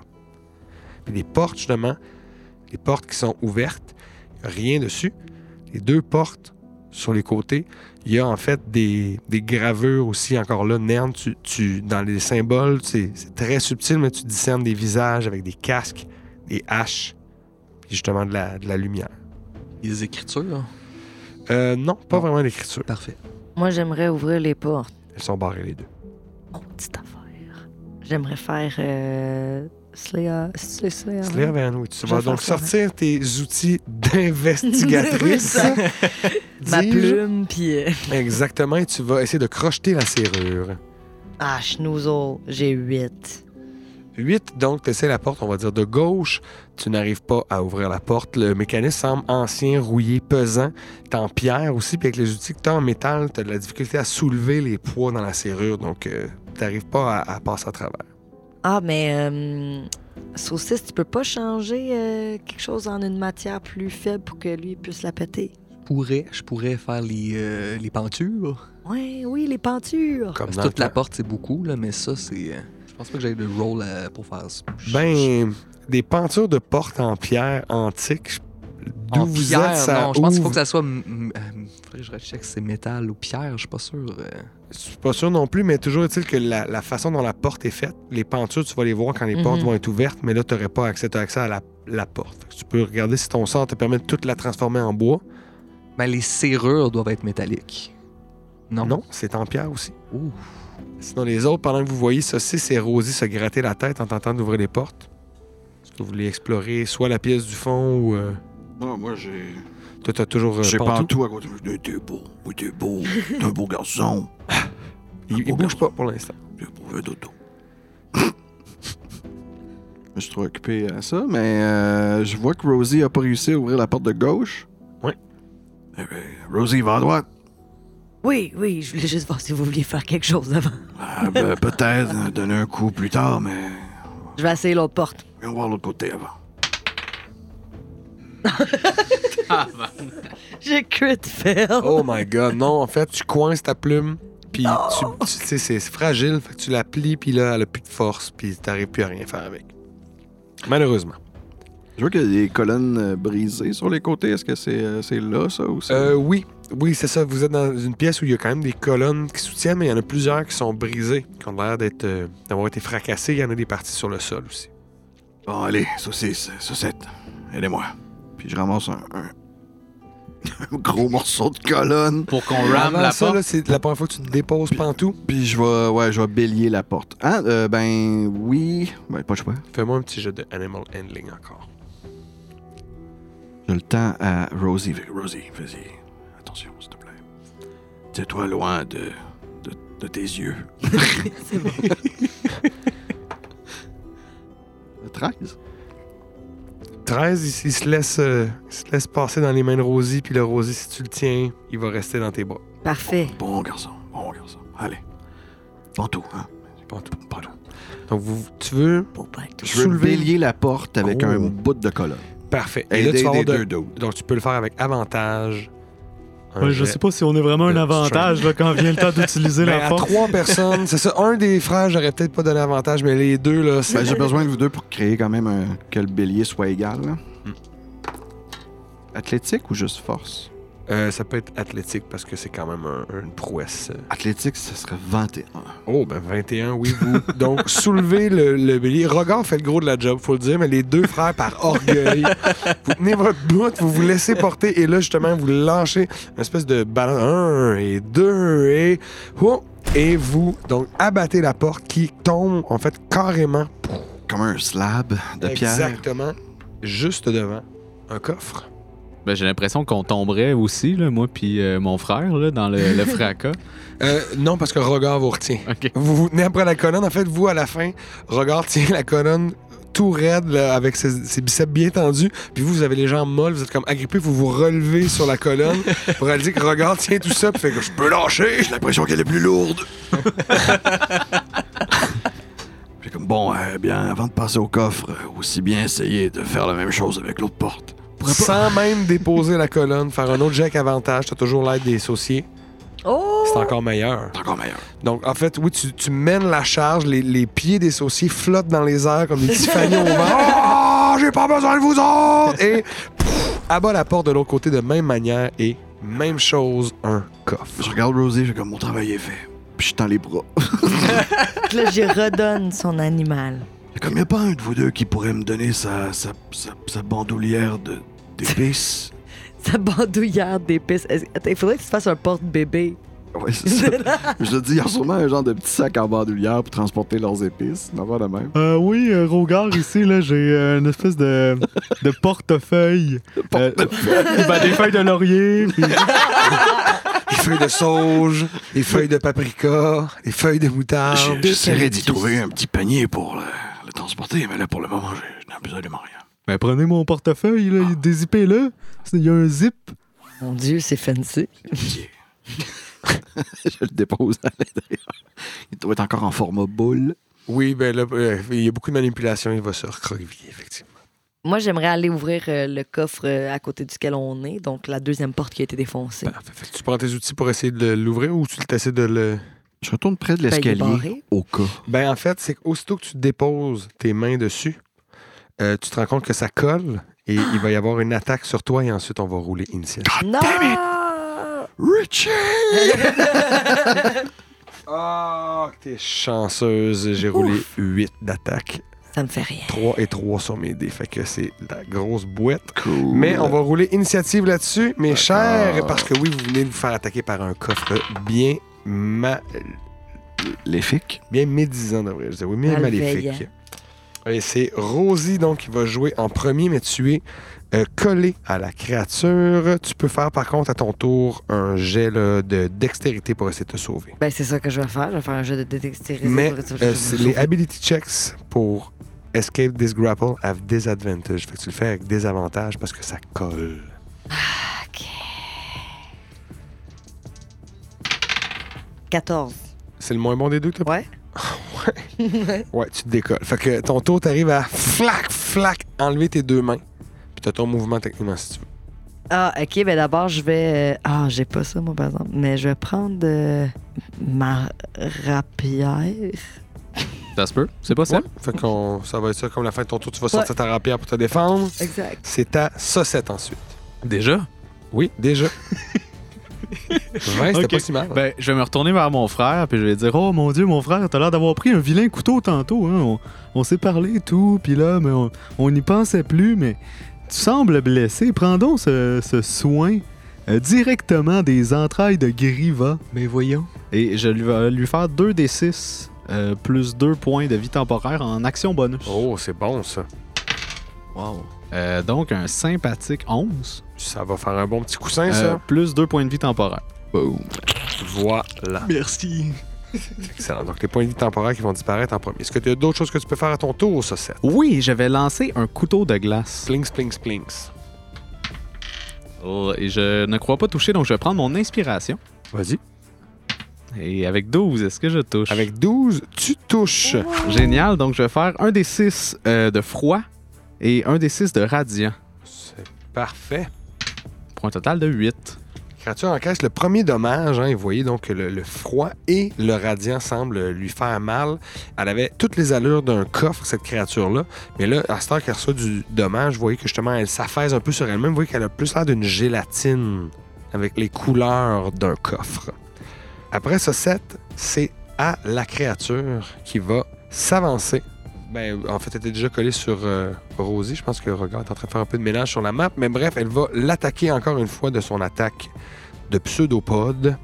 Puis les portes, justement, les portes qui sont ouvertes, rien dessus. Les deux portes sur les côtés, il y a en fait des, des gravures aussi, encore là, Nern, tu, tu- dans les symboles, c'est c'est très subtil, mais tu discernes des visages avec des casques, des haches, puis justement de la, de la lumière. Les écritures. Euh, non, pas vraiment d'écriture. Parfait. Moi, j'aimerais ouvrir les portes. Elles sont barrées les deux. Oh, petite affaire. J'aimerais faire euh, Slayer. C'est Slayer. Slayer Van Witch. Tu Je vas vais donc faire ça, hein. sortir tes outils d'investigatrice. Oui, ça. Ma dis-je. plume, puis. euh, Exactement, et tu vas essayer de crocheter la serrure. Ah, schnoozle, j'ai 8. 8, donc tu essaies la porte, on va dire de gauche. Tu n'arrives pas à ouvrir la porte. Le mécanisme semble ancien, rouillé, pesant. T'es en pierre aussi, puis avec les outils que tu en métal, tu as de la difficulté à soulever les poids dans la serrure, donc tu n'arrives pas à, à passer à travers. Ah, mais. euh, saucisse, tu peux pas changer euh, quelque chose en une matière plus faible pour que lui puisse la péter? pourrais, je pourrais faire les, euh, les pentures. Ouais, oui, les pentures. Comme Parce dans que le toute la temps. porte, c'est beaucoup, là, mais ça, c'est. euh, Je pense pas que j'ai le roll euh, pour faire ça. Ben, des peintures de porte en pierre antique, je- d'où En vous pierre, êtes, ça non. Je pense qu'il faut ouvre. que ça soit. mm, mm, euh, faudrait que je recheck si c'est métal ou pierre, je suis pas sûr. euh. Je suis pas sûr non plus, mais toujours est-il que la, la façon dont la porte est faite, les peintures, tu vas les voir quand les Mhm. portes vont être ouvertes, mais là, tu n'aurais pas accès, t'as accès à la, la porte. Fait que tu peux regarder si ton sort te permet de toute la transformer en bois. Ben, les serrures doivent être métalliques. Non? Non, c'est en pierre aussi. Ouh. Sinon, les autres, pendant que vous voyez Saucisse et Rosie se gratter la tête en tentant d'ouvrir les portes, est-ce que vous voulez explorer soit la pièce du fond ou. euh, Non, moi, j'ai. toi, t'as toujours. euh, J'ai Pantou. Pantou à côté. de T'es beau. Oui, t'es beau. T'es un beau garçon. Il, il bouge pas pour l'instant. J'ai trouvé un dodo. Je suis trop occupé à ça, mais euh, je vois que Rosie a pas réussi à ouvrir la porte de gauche. Ouais. Eh ben, Rosie va à droite. Oui, oui, je voulais juste voir si vous vouliez faire quelque chose avant. Ah, ben, Peut-être euh, donner un coup plus tard, mais Je vais essayer l'autre porte. viens voir l'autre côté avant. J'ai crit fail. Oh my god, non, en fait, tu coinces ta plume, puis tu, tu- tu sais, c'est c'est fragile, fait que tu la plies, puis là, elle a plus de force, puis t'arrives plus à rien faire avec. Malheureusement. Je vois qu'il y a des colonnes euh, brisées sur les côtés. Est-ce que c'est euh, c'est là, ça, ou c'est... Euh, oui, oui, c'est ça. Vous êtes dans une pièce où il y a quand même des colonnes qui soutiennent, mais il y en a plusieurs qui sont brisées, qui ont l'air d'être, euh, d'avoir été fracassées. Il y en a des parties sur le sol aussi. Bon, allez, saucisse, saucette, aidez-moi. Puis je ramasse un, un- un gros morceau de colonne, Pour qu'on rame Avant la ça, porte. là, c'est la première fois que tu te déposes pantou. puis je vais, ouais, je vais bélier la porte. Ah, euh, ben oui, ben pas le choix. Fais-moi un petit jeu de animal handling encore. J'ai le temps à Rosie. Fait que Rosie, vas-y, attention, s'il te plaît. Tiens-toi loin de, de, de tes yeux. C'est bon. 13? 13, il, il se laisse, euh, il se laisse passer dans les mains de Rosie, puis le Rosie, si tu le tiens, il va rester dans tes bras. Parfait. Bon garçon, bon garçon. Allez. Pantou, hein? Pantou, pantou. Donc, vous, tu veux Beau pacte. Je veux Soulever- bélier la porte avec Oh. un bout de colonne. Parfait. Et là, Aider tu vas des avoir de- deux dudes. Donc, tu peux le faire avec avantage. Un Ouais, je jet. sais pas si on est vraiment un de avantage là, quand vient le temps d'utiliser Ben, la à force. trois personnes, c'est ça. Un des frères, j'aurais peut-être pas donné avantage, mais les deux, là, Ben, c'est. J'ai besoin de vous deux pour créer quand même un- que le bélier soit égal. là. Hmm. Athlétique ou juste force? Euh, ça peut être athlétique parce que c'est quand même un- une prouesse. Athlétique, ce serait 21. Oh, ben 21, oui, vous. Donc, soulevez le, le bélier. Rogard fait le gros de la job, faut le dire, mais les deux frères, par orgueil, vous tenez votre bout, vous vous laissez porter, et là, justement, vous lâchez une espèce de ballon. Un et deux et. Oh! Et vous, donc, abattez la porte qui tombe, en fait, carrément Comme un slab de pierre. Exactement. Juste devant un coffre. Ben, j'ai l'impression qu'on tomberait aussi, là, moi puis euh, mon frère, là, dans le, le fracas. Euh, non, parce que Regard vous retient. OK. Vous vous tenez après la colonne. En fait, vous, à la fin, Regard tient la colonne tout raide, là, avec ses, ses biceps bien tendus. Puis vous, vous avez les jambes molles, vous êtes comme agrippé, vous vous relevez sur la colonne pour aller dire que Regard tient tout ça, puis fait que je peux lâcher. J'ai l'impression qu'elle est plus lourde. Puis comme bon, eh bien, avant de passer au coffre, euh, aussi bien essayer de faire la même chose avec l'autre porte. Sans même déposer la colonne, faire un autre jack avantage, t'as toujours l'aide des associés. Oh! C'est encore meilleur. C'est encore meilleur. Donc, en fait, oui, tu, tu mènes la charge, les, les pieds des sauciers flottent dans les airs comme des petits fanions au vent. Oh, j'ai pas besoin de vous autres! Et pff, abat la porte de l'autre côté de même manière et même chose, un Je coffre. regarde Rosie, j'ai comme mon travail est fait. Puis je tends les bras. Puis Là, j'y redonne son animal. J'ai Comme y a pas un de vous deux qui pourrait me donner sa, sa, sa, sa bandoulière de- d'épices. Sa bandoulière d'épices. Est-ce- Attends, il faudrait que tu fasses un porte-bébé. Ouais, c'est ça. je te dis, il y a sûrement un genre de petit sac en bandoulière pour transporter leurs épices. Non, pas de même. Euh, oui, euh, Rogar, ici, là, j'ai euh, une espèce de, de portefeuille. Euh, ben, des feuilles de laurier. puis- euh, Des feuilles de sauge, des feuilles de paprika, des feuilles de Ah, moutarde. J'essaierai d'y trouver un petit panier pour le, le transporter, mais là, pour le moment, j'ai j'ai besoin de rien. Ben, prenez mon portefeuille, là, dézippez-le. Il y a un zip. Mon Dieu, c'est fancy. je le dépose à l'intérieur. Il doit être encore en format boule. Oui, ben là, euh, il y a beaucoup de manipulation, il va se recroqueviller, effectivement. Moi, j'aimerais aller ouvrir euh, le coffre euh, à côté duquel on est, donc la deuxième porte qui a été défoncée. Parfait. Fait que tu prends tes outils pour essayer de le- l'ouvrir ou tu t'essaies de le. Je retourne près de Ben, il est l'escalier barré. au cas. Ben, en fait, c'est qu'aussitôt que tu déposes tes mains dessus, euh, tu te rends compte que ça colle et il va y avoir une attaque sur toi et ensuite on va rouler initial. Non! Richard! Ah, t'es chanceuse. J'ai roulé 8 d'attaque. Ça me fait rien. 3 et 3 sur mes dés. Fait que c'est la grosse boîte. Cool. Mais on va rouler initiative là-dessus, mes chers, D'accord. parce que oui, vous venez de vous faire attaquer par un coffre bien ma... Les fics. bien médisant, devrais je dire. Oui, bien Malveillant. maléfique. Et c'est Rosie, donc, qui va jouer en premier, mais tu es euh, collé à la créature. Tu peux faire, par contre, à ton tour, un jet là, de dextérité pour essayer de te sauver. Ben, c'est ça que je vais faire. Je vais faire un jeu de détective. Mais euh, c'est les ability checks pour escape this grapple have disadvantage. Fait que tu le fais avec désavantage parce que ça colle. OK. 14. C'est le moins bon des deux que t'as Ouais. Ouais, tu te décolles. Fait que ton tour, t'arrives à flac, flac, enlever tes deux mains. Puis t'as ton mouvement techniquement si tu veux. Ah, OK. Ben, d'abord, je vais. euh, Ah, j'ai pas ça, moi, par exemple. Mais je vais prendre euh, ma rapière. Ça se peut, c'est possible. Fait qu'on, ça va être ça comme la fin de ton tour. Tu vas sortir ta rapière pour te défendre. Exact. C'est ta saucette ensuite. Déjà? Oui, déjà. 20, c'était Ok. pas si mal. Ben, je vais me retourner vers mon frère, puis je vais dire, Oh mon dieu, mon frère, t'as l'air d'avoir pris un vilain couteau tantôt. Hein? On, on s'est parlé et tout, puis là, mais on on n'y pensait plus, mais tu sembles blessé. Prends donc ce, ce soin euh, directement des entrailles de Griva. Mais voyons. Et je lui vais lui faire 2 des 6 euh, plus 2 points de vie temporaire en action bonus. Oh, c'est bon ça. Wow. euh, donc un sympathique 11, Ça va faire un bon petit coussin, euh, ça. plus 2 points de vie temporaire. Boom. Voilà. Merci. Excellent. Donc, les points de vie temporaires qui vont disparaître en premier. Est-ce que tu as d'autres choses que tu peux faire à ton tour, saucette? Oui, je vais lancer un couteau de glace. Splinks, splinks, splinks. Oh, Et je ne crois pas toucher, donc je vais prendre mon inspiration. Vas-y. Et avec 12, est-ce que je touche? Avec 12, tu touches. Génial, donc je vais faire un des 6 de froid et un des 6 de radiant. C'est parfait. Pour un total de 8. Créature encaisse le premier dommage. Hein, et vous voyez donc que le, le froid et le radiant semblent lui faire mal. Elle avait toutes les allures d'un coffre, cette créature-là. Mais là, à cette heure qu'elle reçoit du dommage, vous voyez que justement, elle s'affaise un peu sur elle-même. Vous voyez qu'elle a plus l'air d'une gélatine avec les couleurs d'un coffre. Après ce set, c'est à la créature qui va s'avancer. Ben, en fait, elle était déjà collée sur euh, Rosie. Je pense que Regard est en train de faire un peu de ménage sur la map. Mais bref, elle va l'attaquer encore une fois de son attaque de pseudopode.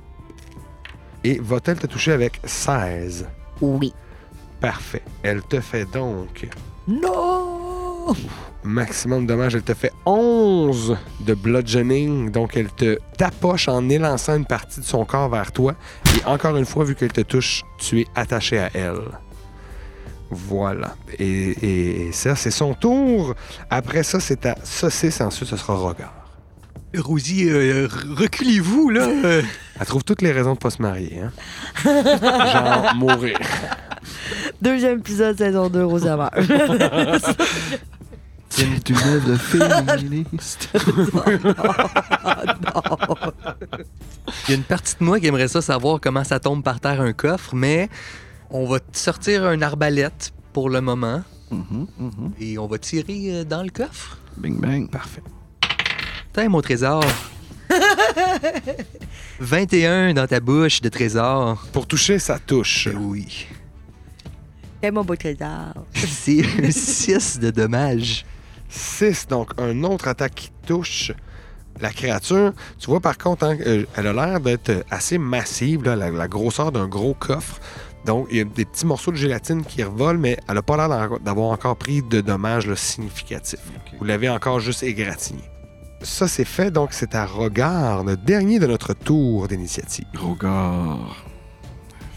Et va-t-elle te toucher avec 16? Oui. Parfait. Elle te fait donc Non! maximum de dommages. Elle te fait 11 de bludgeoning. Donc, elle te tapoche en élançant une partie de son corps vers toi. Et encore une fois, vu qu'elle te touche, tu es attaché à elle. Voilà. Et, et- et ça, c'est son tour. Après ça, c'est ta saucisse. Ensuite, ce sera regard. Rosie, euh, euh, reculez-vous, là. Euh, Elle trouve toutes les raisons de pas se marier. Hein? Genre mourir. Deuxième épisode, saison 2, Rose Amère. C'est une œuvre féministe. Il y a une partie de moi qui aimerait ça savoir comment ça tombe par terre un coffre, mais on va t- sortir un arbalète pour le moment Mhm, mhm. et on va tirer euh, dans le coffre. Bing bang. Parfait. Tiens, mon trésor. 21 dans ta bouche de trésor. Pour toucher, ça touche. Ben oui. C'est mon beau trésor. C'est un 6 de dommage. 6, donc un autre attaque qui touche. La créature, tu vois par contre, hein, euh, elle a l'air d'être assez massive, là, la, la grosseur d'un gros coffre. Donc, il y a des petits morceaux de gélatine qui revolent, mais elle n'a pas l'air d'en- d'avoir encore pris de dommages là, significatifs. Vous l'avez encore juste égratigné. Ça, c'est fait, donc c'est à regard, le dernier de notre tour d'initiative. Rogard,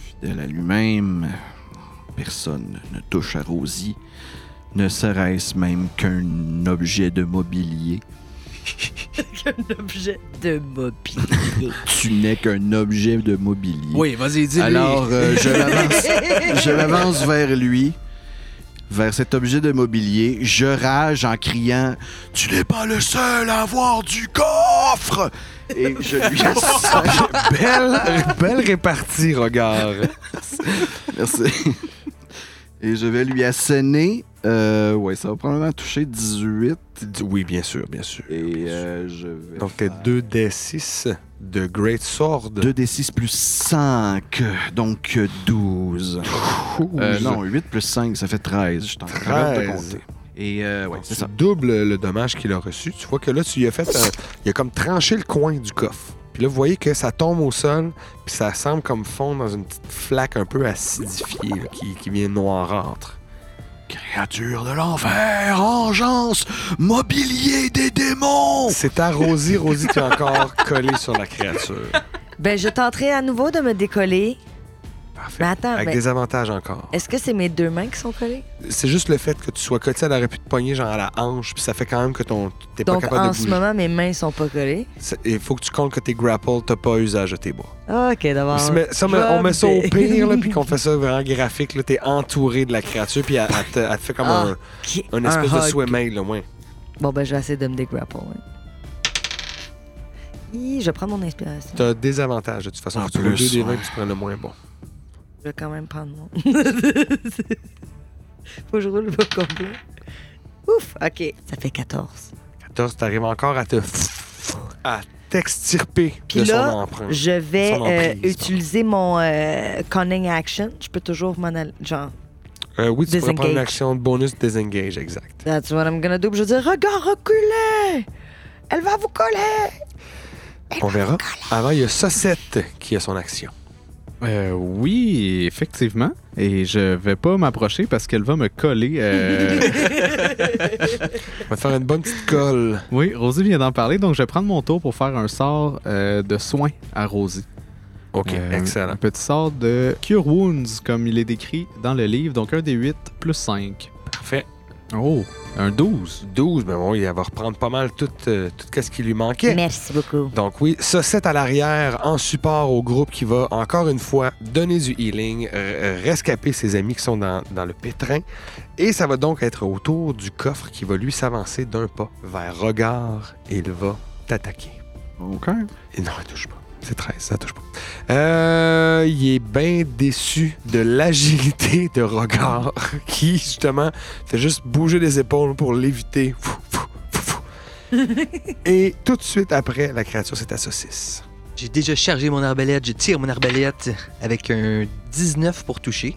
fidèle à lui-même, personne ne touche à Rosie, ne serait-ce même qu'un objet de mobilier. Un objet de mobilier. Tu n'es qu'un objet de mobilier. Oui, vas-y, dis-le. Alors, euh, je m'avance- je m'avance vers lui, vers cet objet de mobilier. Je rage en criant « Tu n'es pas le seul à avoir du coffre! » Et je lui assène... Belle, belle répartie, regard. Merci. Et je vais lui asséner... Euh, ouais, ça va probablement toucher 18. Oui, bien sûr, bien sûr. Et euh, je vais... Donc, faire 2d6 de Great Sword. 2d6 plus 5, donc euh, 12. Euh, non, 8 plus 5, ça fait 13. Je suis en train de 13. compter. Et euh, ouais, c'est tu ça. doubles le dommage qu'il a reçu. Tu vois que là, tu lui as fait. un- il a comme tranché le coin du coffre. Puis là, vous voyez que ça tombe au sol, puis ça semble comme fondre dans une petite flaque un peu acidifiée là, qui, qui vient noirâtre. Créature de l'enfer, engeance, mobilier des Oh. démons! C'est à Rosie. Rosie, tu es encore collé sur la créature. ben, je tenterai à nouveau de me décoller. Parfait. Mais attends, Avec mais des avantages encore. est-ce que c'est mes deux mains qui sont collées? C'est juste le fait que tu sois coté, elle aurait pu te pogner genre à la hanche, puis ça fait quand même que ton t'es pas Donc, capable en de ce bouger. moment, mes mains sont pas collées. C'est- Il faut que tu comptes que tes grapples, t'as pas usage de tes bras. OK, On d'abord. se met- ça, je mais vais on met ça au habiter. pire, là, puis qu'on fait ça vraiment graphique. là, T'es entouré de la créature, puis elle, elle te, elle te fait comme Ah, OK. un, un espèce de hug. swimmail, là, ouais. Bon, ben, je vais essayer de me dégrapple. hein. Hi, Je prends mon inspiration. T'as des avantages, de toute façon. En Faut que tu roules plus, deux des vingt, ouais. puis tu prends le moins bon. Je vais quand même prendre mon. Faut que je roule pas complet. Ouf, OK. Ça fait 14. 14, t'arrives encore à te. à t'extirper Puis de là, son empreinte. Je vais Son euh, emprise, utiliser mon euh, cunning action. Je peux toujours m'en aller. Genre, Euh, oui, tu pourrais prendre une Disengage. action de bonus désengage, exact. that's what I'm gonna do. Puis Je vais dire, regarde, reculez! Elle va vous coller! On verra. Avant, il y a Sossette qui a son action. Euh, oui, effectivement. Et je vais pas m'approcher parce qu'elle va me coller. euh, On va te faire une bonne petite colle. oui, Rosie vient d'en parler, donc je vais prendre mon tour pour faire un sort euh, de soin à Rosie. OK, Euh, Un excellent. petit sort de Cure Wounds, comme il est décrit dans le livre, donc un des 8 plus 5. Parfait. Oh, un 12. 12, ben bon, il va reprendre pas mal tout, euh, tout ce qui lui manquait. Merci beaucoup. Donc oui, ça c'est à l'arrière en support au groupe qui va encore une fois donner du healing, r- rescaper ses amis qui sont dans, dans le pétrin. Et ça va donc être autour du coffre qui va lui s'avancer d'un pas vers regard et il va t'attaquer. OK. Et non, il touche pas. C'est 13, ça touche pas. Euh, il est bien déçu de l'agilité de regard qui, justement, fait juste bouger les épaules pour l'éviter. Fou, fou, fou, fou. Et tout de suite après, la créature, c'est à saucisse. J'ai déjà chargé mon arbalète, je tire mon arbalète avec un 19 pour toucher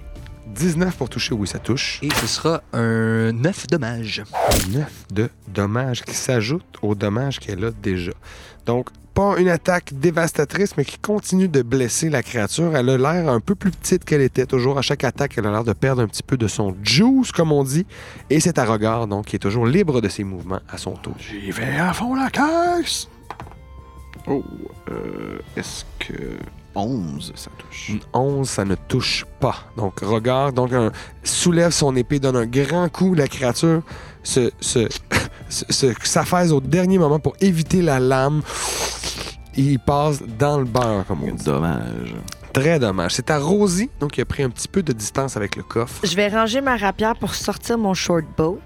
19 pour toucher, oui, ça touche. et ce sera un 9 dommage. 9 de dommages qui s'ajoutent aux dommages qu'elle a déjà. Donc, pas une attaque dévastatrice, mais qui continue de blesser la créature. Elle a l'air un peu plus petite qu'elle était. Toujours à chaque attaque, elle a l'air de perdre un petit peu de son juice, comme on dit. Et c'est à regard, donc, qui est toujours libre de ses mouvements à son tour. J'y vais à fond la caisse! Oh, euh, est-ce que... 11, ça touche. Une 11, ça ne touche pas. Donc, regard, donc, un- soulève son épée, donne un grand coup. La créature se, se, se- se- s'affaisse au dernier moment pour éviter la lame. Il passe dans le beurre, comme on Mm. dit. Dommage. Très dommage. C'est à Rosie, donc il a pris un petit peu de distance avec le coffre, Je vais ranger ma rapière pour sortir mon short bow.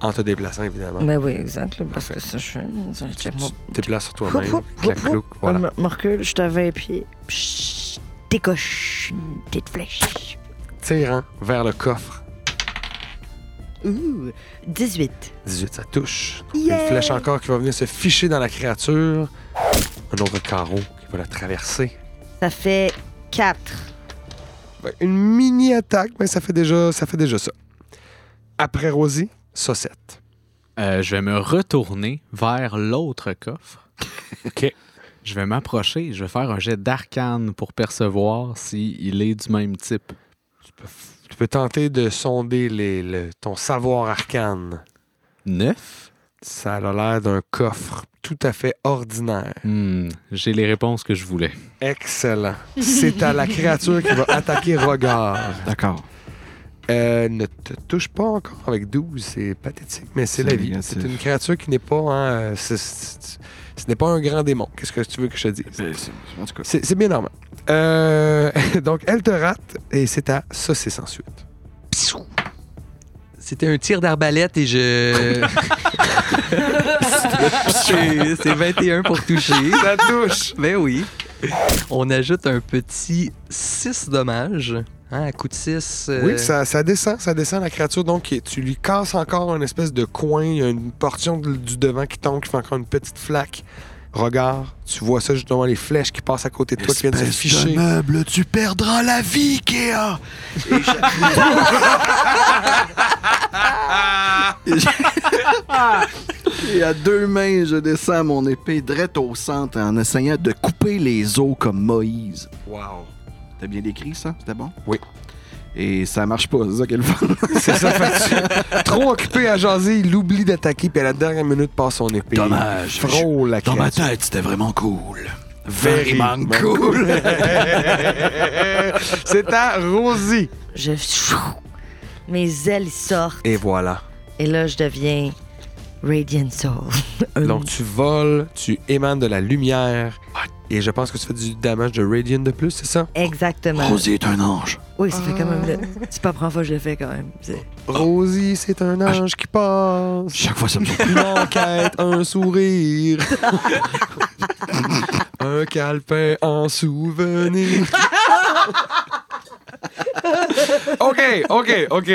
en te déplaçant évidemment. Ben oui, exact. là, Parce que ça, je je- je- Tu mon- tu te déplaces sur toi-même. Houp, houp, clac, houp, Hum. clouc, voilà. Me- me recule, je suis à 20 pieds. Pshhh, Décoche une petite flèche. Tirant vers le coffre. Ouh, 18. 18, ça touche. Une Yeah! flèche encore qui va venir se ficher dans la créature. Un autre carreau qui va la traverser. Ça fait 4. Ben, Une mini-attaque, mais ça fait déjà ça. Fait déjà ça. Après Rosie, Saucette. Euh, je vais me retourner vers l'autre coffre Je vais m'approcher, je vais faire un jet d'arcane pour percevoir s'il est du même type. Tu peux, tu peux tenter de sonder les, le- ton savoir arcane. Neuf? Ça a l'air d'un coffre tout à fait ordinaire. Hmm, J'ai les réponses que je voulais. Excellent. C'est à la créature qui va attaquer Regard. D'accord. Euh, ne te touche pas encore avec 12, c'est pathétique, mais c'est C'est la vie. négatif. C'est une créature qui n'est pas. hein, euh, c'est- c'est- ce n'est pas un grand démon. Qu'est-ce que tu veux que je te dise? Ben, c'est- En tout cas, C'est c'est bien normal. Euh, donc, elle te rate et c'est à saucisse ensuite. Pssou! C'était un tir d'arbalète et je. c'est c'est 21 pour toucher. Ça touche! Ben oui. On ajoute un petit 6 dommages. Hein, à coup de 6. Euh. Oui, ça, ça descend, ça descend la créature. Donc, et tu lui casses encore une espèce de coin, il y a une portion de- du devant qui tombe, qui fait encore une petite flaque. Regarde, tu vois ça justement, les flèches qui passent à côté de toi, qui viennent se Espèce ficher. de meuble, tu perdras la vie, Kéa! Et je- Et à deux mains, je descends mon épée drette au centre en essayant de couper les os comme Moïse. Wow. T'as bien décrit ça? C'était bon? Oui. Et ça marche pas, c'est ça qu'elle veut. C'est ça, fait que tu- trop occupé à jaser, il oublie d'attaquer, puis à la dernière minute passe son épée. Dommage. Frôle la Dans ma créature. tête, c'était vraiment cool. Very Vraiment man cool. C'est à Rosie. Je... Mes ailes sortent. Et voilà. Et là, je deviens Radiant Soul. Un- Donc tu voles, tu émanes de la lumière, et je pense que tu fais du damage de Radiant de plus, c'est ça? Exactement. Rosie est un ange. Oui, ça fait quand même... le- C'est pas la première fois que je le fais, quand même. C'est- Oh. Rosie, c'est un ange qui passe. Chaque fois, ça me Une enquête, un sourire. un calepin en souvenir. OK, OK, OK.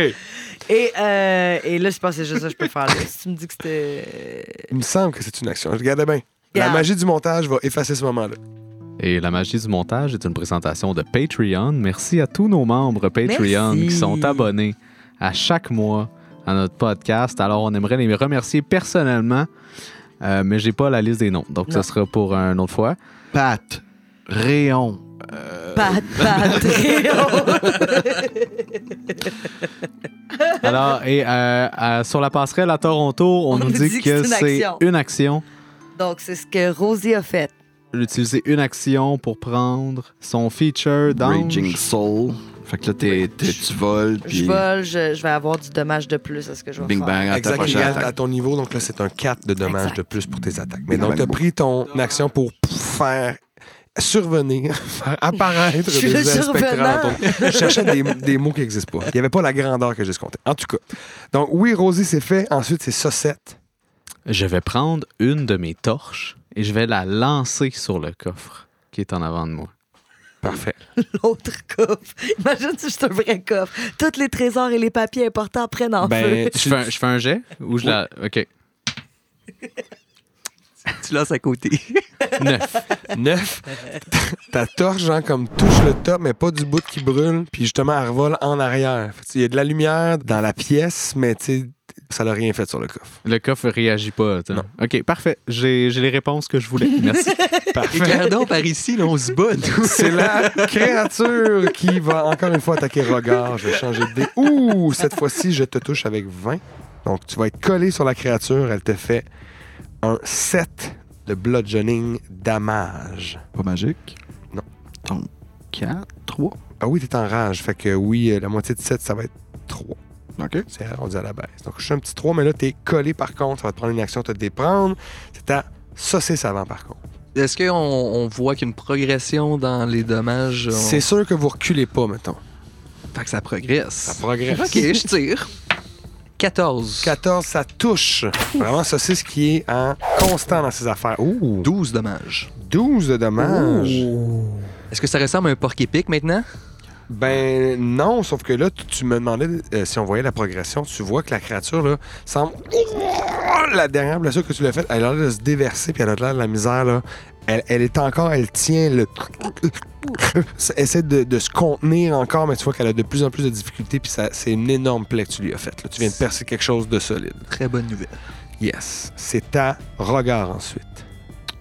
Et, euh, et là, je pensais juste ça, je peux faire là. Si tu me dis que c'était. Il me semble que c'est une action. Regardez bien. La Yeah. magie du montage va effacer ce moment-là. Et la magie du montage est une présentation de Patreon. Merci à tous nos membres Patreon Merci. qui sont abonnés à chaque mois à notre podcast. Alors, on aimerait les remercier personnellement, euh, mais j'ai pas la liste des noms. Donc, Non. ça sera pour une autre fois. Pat, Réon, Euh. Pat, Pat, Alors, et euh, euh, sur la passerelle à Toronto, on, nous dit, que c'est action. une action. Donc, c'est ce que Rosie a fait. Utiliser une action pour prendre son feature dans. Raging Soul. Fait que là, t'es- t'es- tu voles, Je puis vole, je, je vais avoir du dommage de plus à ce que je vais bing faire. bang, à ta Exact, prochaine égal à attaque. ton niveau. Donc là, c'est un 4 de dommage Exact. de plus pour tes attaques. Mais Quand donc, même tu as beaucoup. pris ton action pour faire survenir, faire apparaître Je suis des le aspects survenant. random. Je cherchais des, des mots qui n'existent pas. Il n'y avait pas la grandeur que j'escomptais. En tout cas. Donc, oui, Rosie, c'est fait. Ensuite, c'est Saucette. Je vais prendre une de mes torches et je vais la lancer sur le coffre qui est en avant de moi. Parfait. L'autre coffre. Imagine si c'est un vrai coffre. Tous les trésors et les papiers importants prennent en feu. Ben, Je fais, un, je fais un jet ou je la. OK. Tu lances à côté. Neuf. 9. Ta torche, genre, comme touche le top, mais pas du bout qui brûle. Puis justement, elle revole en arrière. Fait que, Il y a de la lumière dans la pièce, mais tu sais, ça n'a rien fait sur le coffre. Le coffre réagit pas. t'as. Non. OK, parfait. J'ai j'ai les réponses que je voulais. Merci. Parfait. Éclaire donc par ici, là, on se bat. nous. C'est la créature qui va encore une fois attaquer Regard. Je vais changer de dé. Ouh, cette fois-ci, je te touche avec 20. Donc, tu vas être collé sur la créature. Elle te fait un 7 de bludgeoning damage. Pas magique. Non. Donc, 4, 3. Ah oui, t'es en rage. Fait que oui, euh, la moitié de 7, ça va être 3. OK. C'est arrondi à la baisse. Donc, je suis un petit 3, mais là, t'es collé par contre. Ça va te prendre une action, te déprendre. C'est à saucisse avant par contre. Est-ce qu'on on voit qu'une progression dans les dommages? on- C'est sûr que vous reculez pas, mettons. Fait que ça progresse. Ça progresse. OK, je tire. 14. 14, ça touche. Vraiment, saucisse qui est en constant dans ses affaires. Ouh! 12 dommages. 12 de dommages. Est-ce que ça ressemble à un porc épic maintenant? Ben non, sauf que là, tu- tu me demandais euh, si on voyait la progression. Tu vois que la créature, là, semble. La dernière blessure que tu l'as faite, elle a l'air de se déverser, puis elle a l'air de la misère, là. Elle, elle est encore, elle tient le. Elle essaie de, de se contenir encore, mais tu vois qu'elle a de plus en plus de difficultés, puis ça- c'est une énorme plaie que tu lui as faite. là. Tu viens de percer quelque chose de solide. Très bonne nouvelle. Yes. C'est ta regard ensuite.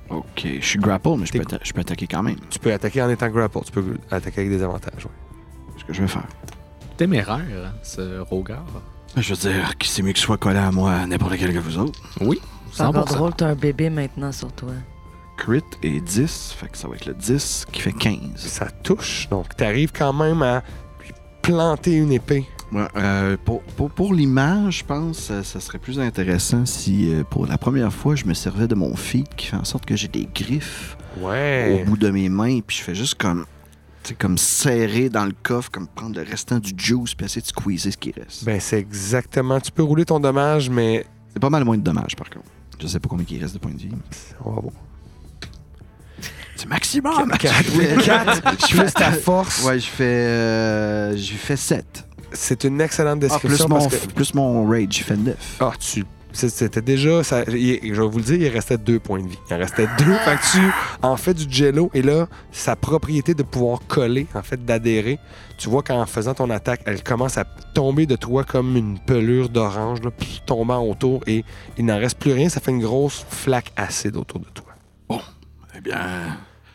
Ok, je suis grapple, mais je T'es- peux, atta- je peux attaquer quand même. Tu peux attaquer en étant grapple. Tu peux attaquer avec des avantages. ouais. C'est ce que je vais faire. Téméraire, hein, ce Rogar. Ben, Je veux dire, qui c'est mieux que soit collé à moi, n'importe quel que vous autres. C'est encore 100%. drôle, t'as un bébé maintenant sur toi. Crit et 10, fait que ça va être le 10 qui fait 15. Ça touche. Donc, tu arrives quand même à lui planter une épée. Ouais, euh, pour pour, pour l'image, je pense que ça serait plus intéressant si, euh, pour la première fois, je me servais de mon feed qui fait en sorte que j'ai des griffes Ouais. au bout de mes mains, puis je fais juste comme, tu sais, comme serrer dans le coffre, comme prendre le restant du juice, puis essayer de squeezer ce qui reste. Ben, c'est exactement. Tu peux rouler ton dommage, mais C'est pas mal moins de dommages, par contre. Je sais pas combien il reste de points de vie. on va voir. C'est maximum! Quatre. Je fais- Quatre. je fais Plus ta force. Ouais, je fais. euh, j'ai fait 7. C'est une excellente Ah, plus, description. mon, parce que... f- plus mon rage, j'ai fait 9. Ah, tu. c'est- C'était déjà. ça- il- je vais vous le dire, il restait deux points de vie. Il en restait deux. Fait que tu en fait du jello et là, sa propriété de pouvoir coller, en fait, d'adhérer, tu vois qu'en faisant ton attaque, elle commence à tomber de toi comme une pelure d'orange, là, pff, tombant autour et il n'en reste plus rien. Ça fait une grosse flaque acide autour de toi. Eh bien.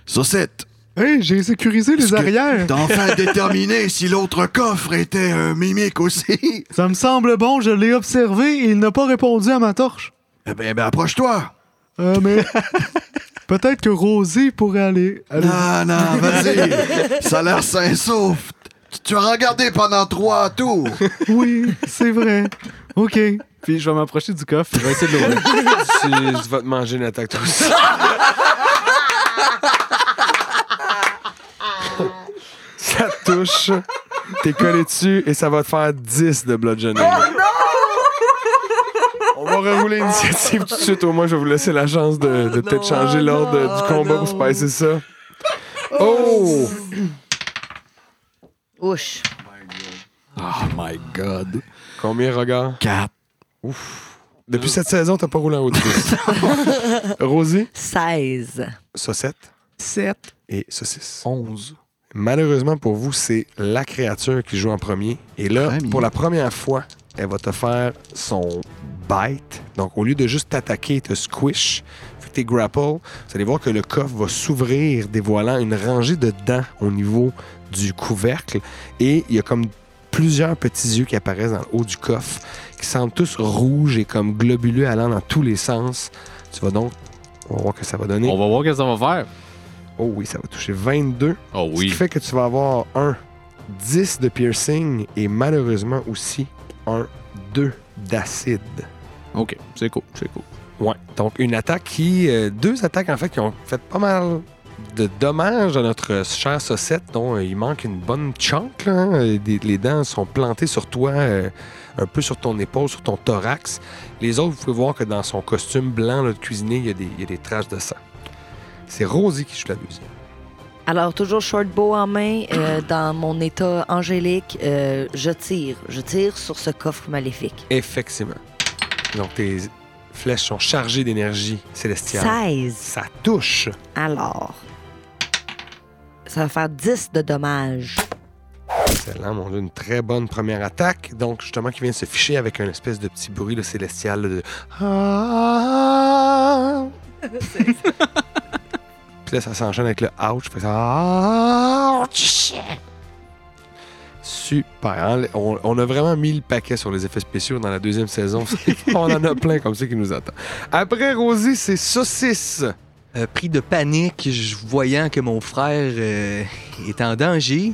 Saucette! Hey, j'ai sécurisé les Parce que- arrières. T'as enfin déterminé si l'autre coffre était un mimique aussi! Ça me semble bon, je l'ai observé et il n'a pas répondu à ma torche. Eh bien, ben, approche-toi! Euh, mais peut-être que Rosie pourrait aller. aller- Non, non, vas-y! Ça a l'air sain sauf! Tu- Tu as regardé pendant trois tours! Oui, c'est vrai. OK. Puis je vais m'approcher du coffre, je vais essayer de l'ouvrir. tu, tu vas te manger une attaque toi aussi. ça te touche. T'es collé dessus et ça va te faire 10 de bludgeoning. On va rerouler l'initiative tout de suite. Au moins, je vais vous laisser la chance de, de peut-être changer l'ordre du combat pour spicer ça. Oh! Ouch. Oh my god! Combien, regard? 4. Depuis cette saison, t'as pas roulé en haut de 10. Rosie? 16. Saucette? 7. et saucisse. 11. Malheureusement pour vous, c'est la créature qui joue en premier. Et là, Premier. pour la première fois, elle va te faire son bite. Donc, au lieu de juste t'attaquer et te squish, vu que t'es grapple, vous allez voir que le coffre va s'ouvrir, dévoilant une rangée de dents au niveau du couvercle. Et il y a comme plusieurs petits yeux qui apparaissent dans le haut du coffre, qui semblent tous rouges et comme globuleux allant dans tous les sens. Tu vas donc... On va voir que ça va donner. On va voir ce que ça va faire. Oh oui, ça va toucher 22. Oh Ce qui oui. fait que tu vas avoir un 10 de piercing et malheureusement aussi un 2 d'acide. Ok, c'est cool, c'est cool. Ouais. Donc une attaque qui. euh, deux attaques en fait qui ont fait pas mal de dommages à notre chère Saucette, dont euh, il manque une bonne chunk. là, hein. Euh, des- les dents sont plantées sur toi, euh, un peu sur ton épaule, sur ton thorax. Les autres, vous pouvez voir que dans son costume blanc là, de cuisinier, il y, a des- il y a des traces de sang. C'est Rosie qui joue la deuxième. Alors, toujours short bow en main, euh, dans mon état angélique, euh, je tire. Je tire sur ce coffre maléfique. Effectivement. Donc, tes flèches sont chargées d'énergie célestiale. 16. Ça touche. Alors, ça va faire 10 de dommages. Excellent, mon Dieu, une très bonne première attaque. Donc, justement, qui vient de se ficher avec un espèce de petit bruit là, célestial là, de. Ah. Puis là, ça s'enchaîne avec le ouch. Fait que ça- Ouch! Super. hein? On, on a vraiment mis le paquet sur les effets spéciaux dans la deuxième saison. on en a plein comme ça qui nous attend. Après Rosie, c'est saucisse. Euh, pris de panique, je- voyant que mon frère euh, est en danger,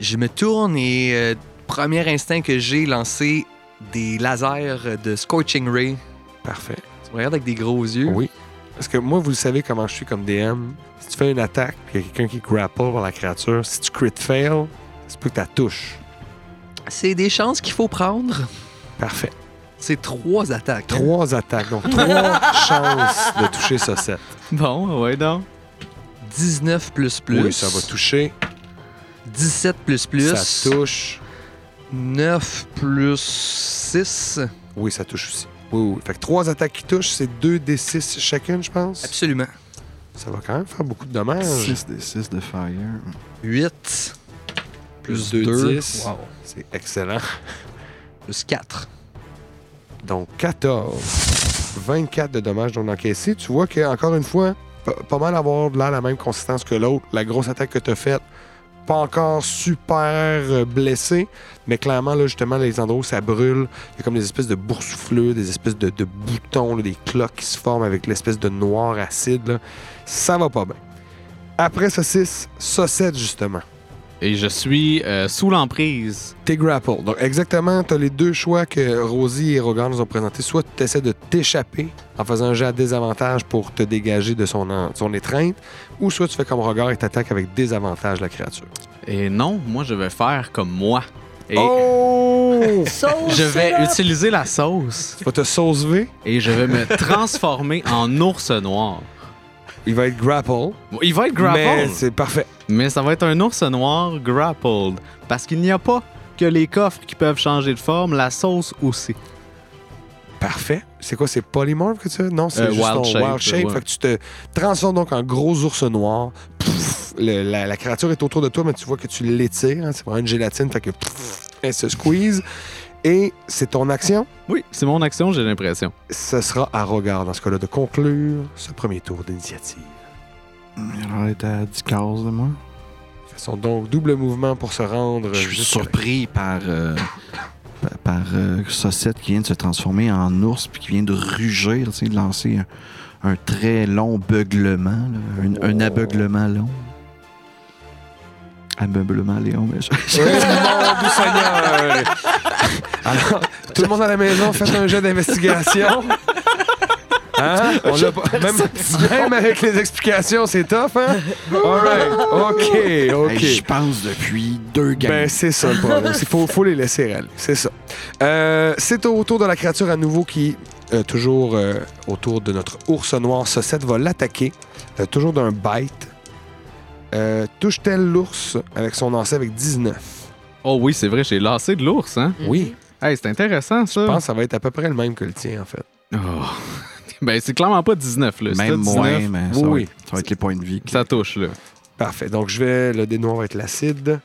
je me tourne et euh, premier instinct que j'ai lancé des lasers de Scorching Ray. Parfait. Tu me regardes avec des gros yeux. Oui. Parce que moi, vous le savez comment je suis comme DM. Si tu fais une attaque, puis il y a quelqu'un qui grapple par la créature, si tu crit fail, c'est plus que ta touche. C'est des chances qu'il faut prendre. Parfait. C'est trois attaques. hein. Trois attaques, donc trois chances de toucher ça 7. Bon, ouais, donc. 19 plus plus. Oui, ça va toucher. 17 plus plus. Ça touche. 9 plus 6. Oui, ça touche aussi. Oui, oui. Fait que trois attaques qui touchent, c'est deux des six chacune, je pense. Absolument. Ça va quand même faire beaucoup de dommages. 6 des 6 de fire. 8 plus Deux, 2. dix. C'est excellent. Plus 4. Donc 14. 24 de dommages non encaissés. Tu vois que encore une fois, pa- pas mal avoir de l'air la même consistance que l'autre. La grosse attaque que t'as faite, pas encore super euh, blessé, mais clairement, là, justement, les endroits où ça brûle, il y a comme des espèces de boursouflures, des espèces de, de boutons, là, des cloques qui se forment avec l'espèce de noir acide. là. Ça va pas bien. Après saucisse, saucette, justement. Et je suis euh, sous l'emprise. T'es grapple. Donc, exactement, t'as les deux choix que Rosie et Rogan nous ont présentés. Soit tu essaies de t'échapper en faisant un jet à désavantage pour te dégager de son, en- son étreinte, ou soit tu fais comme Rogan et t'attaques avec désavantage la créature. Et non, moi, je vais faire comme moi. Et Oh! Sauce, je vais là. utiliser la sauce tu vas te sauver. et je vais me transformer en ours noir. Il va être grapple. Il va être grappled, Mais mais, c'est parfait. ça va être un ours noir grappled. Parce qu'il n'y a pas que les coffres qui peuvent changer de forme, la sauce aussi. Parfait. C'est quoi, c'est polymorphe que tu as? Non, c'est Euh, juste wild ton shape, wild shape. ouais. Fait que tu te transformes donc en gros ours noir. Pff, le- la, la créature est autour de toi, mais tu vois que tu l'étires. hein. C'est vraiment une gélatine. Fait que pff, elle se squeeze. Et c'est ton action. Oui, c'est mon action, j'ai l'impression. Ce sera à regard, dans ce cas-là, de conclure ce premier tour d'initiative. Alors, elle est à 10 cases de moi. Ils font donc double mouvement pour se rendre. Euh, Je suis jusqu'à- surpris par, euh, pa- par euh, Saucette qui vient de se transformer en ours puis qui vient de rugir, tu sais, de lancer un, un très long beuglement, là, un, un abeuglement long. Abeuglement Léon, mais je- Oui, mon doux Seigneur! euh, Alors, tout le monde à la maison, faites un jeu d'investigation. Hein? On l'a pas- même, même avec les explications, c'est tough, hein? Alright. OK, OK. Hey, je pense depuis deux games. Ben, c'est ça le problème. Il faut, faut les laisser aller. C'est ça. Euh, c'est au tour de la créature à nouveau qui, euh, toujours euh, autour de notre ours noir, Saucette va l'attaquer, euh, toujours d'un bite. Euh, Touche-t-elle l'ours avec son lancer avec 19? Oh oui, c'est vrai, j'ai lancé de l'ours, hein? Oui. Hey, c'est intéressant, ça. Je pense que ça va être à peu près le même que le tien, en fait. Oh. ben, c'est clairement pas 19, là. C'est Même 19. moins, mais ça, Oui, va oui. être, ça va être les points de vie. qui- Ça touche, là. Parfait. Donc, je vais. Le dé noir va être l'acide.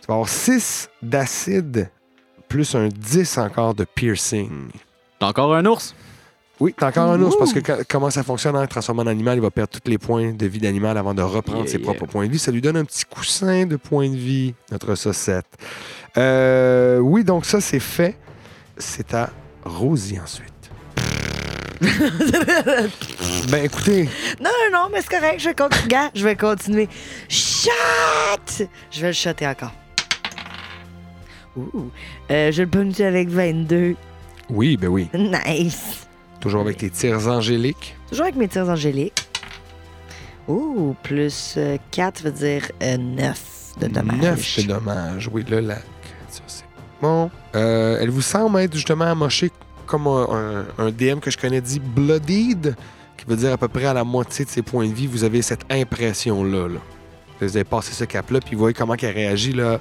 Tu vas avoir 6 d'acide plus un 10 encore de piercing. T'as encore un ours? Oui, t'as encore un ours parce que quand- comment ça fonctionne, hein, transformé en animal, il va perdre tous les points de vie d'animal avant de reprendre Yeah, ses yeah. propres points de vie. Ça lui donne un petit coussin de points de vie, notre saucette. Euh, oui, donc ça, c'est fait. C'est à Rosie ensuite. ben écoutez, Non, non, non, mais c'est correct. Je vais, con- Gars, je vais continuer. Shot! Je vais le shotter encore. Ouh. Euh, je le punch avec 22. oui, ben oui. Nice. Toujours avec tes tirs angéliques. Toujours avec mes tirs angéliques. Ouh, plus 4 veut dire 9 de dommages. Neuf de dommages. Oui, le lac. Ça, c'est bon. Euh, elle vous semble être justement amochée comme un, un- un DM que je connais dit bloodied, qui veut dire à peu près à la moitié de ses points de vie, vous avez cette impression-là. là. Vous avez passé ce cap-là, puis vous voyez comment elle réagit. Là.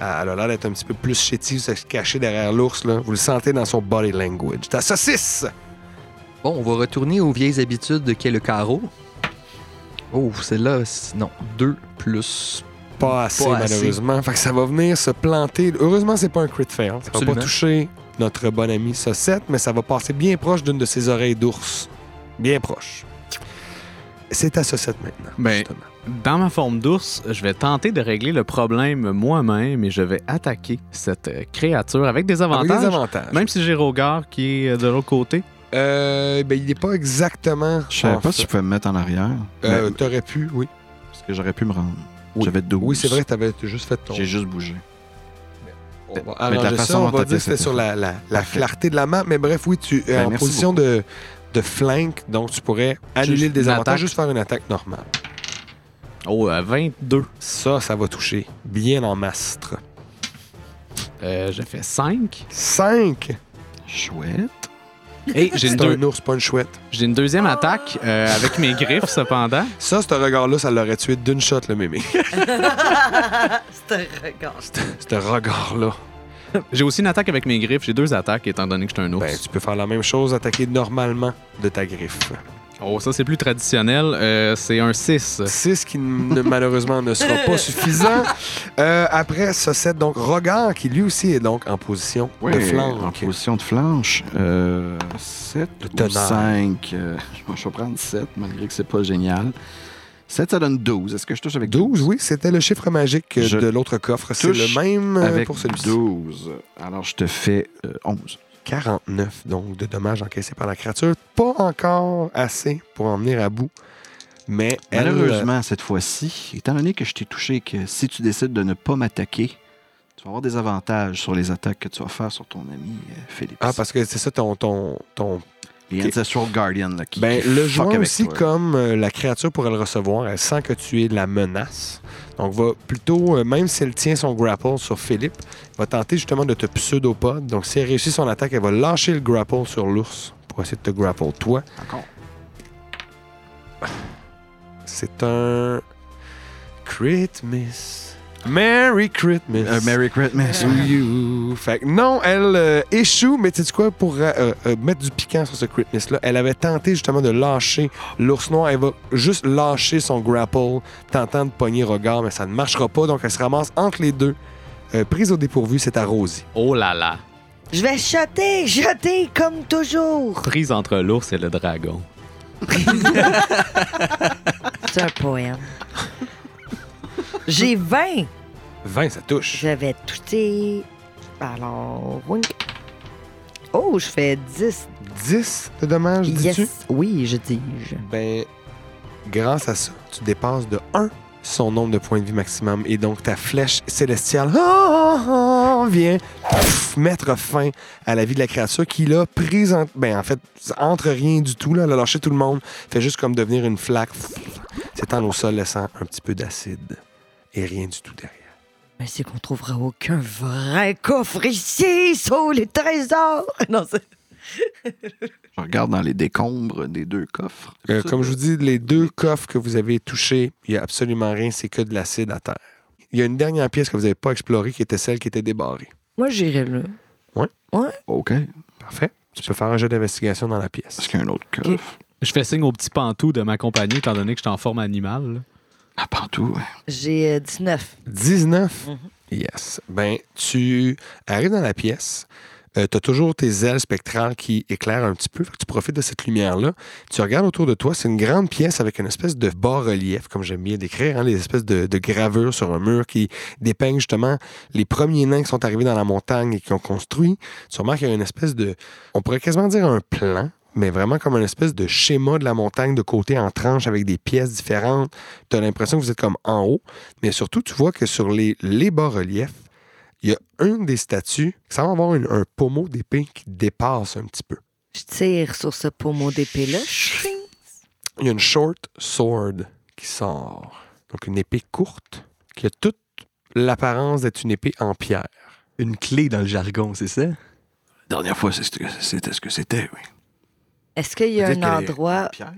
à- Elle a l'air d'être un petit peu plus chétive, se cacher derrière l'ours. là. Vous le sentez dans son body language. Ta saucisse! Bon, on va retourner aux vieilles habitudes qu'est le carreau. Oh, celle-là, c'est- non, 2 plus. Pas assez, Pas assez. malheureusement. Fait que ça va venir se planter. Heureusement, c'est pas un crit fail. Ça va Absolument. pas toucher notre bonne amie Saucette, mais ça va passer bien proche d'une de ses oreilles d'ours. Bien proche. C'est à Saucette maintenant. Ben, justement. Dans ma forme d'ours, je vais tenter de régler le problème moi-même et je vais attaquer cette euh, créature avec des Avec avantages. des avantages. Même si j'ai Rogar qui est euh, de l'autre côté. Euh, ben, il est pas exactement. Je savais en pas fait. si je pouvais me mettre en arrière. Euh, mais- T'aurais pu, oui. parce que j'aurais pu me rendre. Oui. J'avais 12. Oui, c'est vrai, t'avais juste fait ton. J'ai juste bougé. On va Mais de la arranger façon ça, on dont va dire t'as fait, que c'était c'était sur la, la, la Parfait. clarté de la map, mais bref, oui, tu es Ben, en merci position de, de flank, donc tu pourrais annuler le une désavantage, attaque. juste faire une attaque normale. Oh, euh, 22. Ça, ça va toucher. Bien en mastre. Euh, je fais 5. 5! Chouette. Et j'ai une, C'est deux- un ours, pas une chouette. j'ai une deuxième attaque euh, avec mes griffes, cependant. Ça, ce regard-là, ça l'aurait tué d'une shot, le mémé. C'est un regard. ce regard-là. J'ai aussi une attaque avec mes griffes. J'ai deux attaques étant donné que je suis un ours. Ben, tu peux faire la même chose, attaquer normalement de ta griffe. Oh, ça, c'est plus traditionnel. Euh, c'est un 6. 6 qui ne- malheureusement ne sera pas suffisant. Euh, après ce 7, donc Rogar qui lui aussi est donc en position de En flanc. position de flanche. Euh, 7 Le ou tonnerre. 5. je vais prendre 7, malgré que c'est pas génial. 7, ça donne 12. Est-ce que je touche avec 12, oui, c'était le chiffre magique euh, Je de l'autre coffre. C'est le touche même euh, Avec pour celui-ci. 12. Alors, je te fais euh, 11. 49, donc, de dommages encaissés par la créature. Pas encore assez pour en venir à bout, mais elle, euh, Malheureusement, cette fois-ci, étant donné que je t'ai touché et que si tu décides de ne pas m'attaquer, tu vas avoir des avantages sur les attaques que tu vas faire sur ton ami euh, Philippe. Ah, parce que c'est ça ton, ton, ton Les ok. Ancestral Guardian là, qui, Ben, qui le fuck joueur avec aussi, toi. comme euh, la créature pourrait le recevoir, elle sent que tu es la menace. Donc, va plutôt, euh, même si elle tient son grapple sur Philippe, va tenter justement de te pseudopode. Donc, si elle réussit son attaque, elle va lâcher le grapple sur l'ours pour essayer de te grapple toi. Encore. C'est un. Crit miss. Merry Christmas. Euh, Merry Christmas. To you. Fait que non, elle euh, échoue, mais tu sais quoi, pour euh, euh, mettre du piquant sur ce critness-là, elle avait tenté justement de lâcher l'ours noir. Elle va juste lâcher son grapple, tentant de pogner regard, mais ça ne marchera pas. Donc elle se ramasse entre les deux. Euh, prise au dépourvu, c'est à Rosie. Oh là là. Je vais shotter, shotter comme toujours. Prise entre l'ours et le dragon. C'est un poème. J'ai 20. 20, ça touche. Je vais toucher. Alors, wink. Oh, je fais 10. 10 de dommages, dis-tu? Yes. Oui, je dis. je- Ben, grâce à ça, tu dépasses de 1 son nombre de points de vie maximum et donc ta flèche célestiale ah, ah, ah, vient pff, mettre fin à la vie de la créature qui l'a présente. Ben, en fait, ça entre rien du tout, là. Elle a lâché tout le monde. Fait juste comme devenir une flaque, pff, s'étendre au sol, laissant un petit peu d'acide et rien du tout derrière. Mais c'est qu'on trouvera aucun vrai coffre ici, sauf les trésors. Non, c'est. Je regarde dans les décombres des deux coffres. Euh, comme je vous dis, les deux coffres que vous avez touchés, il n'y a absolument rien, c'est que de l'acide à terre. Il y a une dernière pièce que vous n'avez pas explorée qui était celle qui était débarrée. Moi, j'irai là. OK. Parfait. Tu peux faire un jeu d'investigation dans la pièce. Est-ce qu'il y a un autre coffre? Je fais signe au petit pantou de m'accompagner, étant donné que je suis en forme animale. là. Ah, partout, ouais. J'ai euh, 19. 19. Yes. Ben, tu arrives dans la pièce. tu as toujours tes ailes spectrales qui éclairent un petit peu. Fait que tu profites de cette lumière-là. Tu regardes autour de toi. C'est une grande pièce avec une espèce de bas-relief, comme j'aime bien décrire, hein, les espèces de, de gravures sur un mur qui dépeignent justement les premiers nains qui sont arrivés dans la montagne et qui ont construit. Tu remarques qu'il y a une espèce de. On pourrait quasiment dire un plan, mais vraiment comme une espèce de schéma de la montagne de côté en tranches avec des pièces différentes. Tu as l'impression que vous êtes comme en haut. Mais surtout, tu vois que sur les, les bas-reliefs, il y a une des statues qui semble avoir une- un pommeau d'épée qui dépasse un petit peu. Je tire sur ce pommeau d'épée-là. Il y a une short sword qui sort. Donc une épée courte qui a toute l'apparence d'être une épée en pierre. Une clé dans le jargon, c'est ça? La dernière fois, c'est ce que- c'était ce que c'était, oui. Est-ce qu'il y a un Peut-être qu'elle est- endroit. Pierre.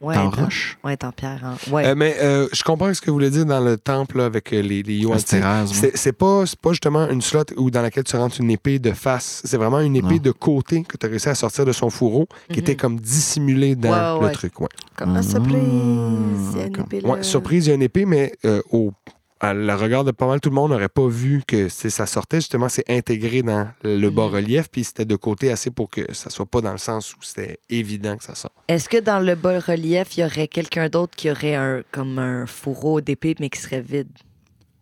Ouais, en attends. roche? Ouais, en pierre. en- Ouais. Euh, mais euh, je comprends ce que vous voulez dire dans le temple là, avec euh, les, les Yuan-Ti. Astérasme. C'est c'est pas, c'est pas justement une slot où dans laquelle tu rentres une épée de face. C'est vraiment une épée Non. de côté que tu as réussi à sortir de son fourreau qui était Mhm. comme dissimulée dans Ouais, le ouais. truc. ouais. Comment ça, plaît? Il y a une hmm, Comme- épée là. Ouais, surprise, il y a une épée, mais euh, au, à la regard de pas mal tout le monde n'aurait pas vu que c'est- ça sortait. Justement, c'est intégré dans le Mhm. bas-relief, puis c'était de côté assez pour que ça soit pas dans le sens où c'était évident que ça sort. Est-ce que dans le bas-relief, il y aurait quelqu'un d'autre qui aurait un, comme un fourreau d'épée, mais qui serait vide?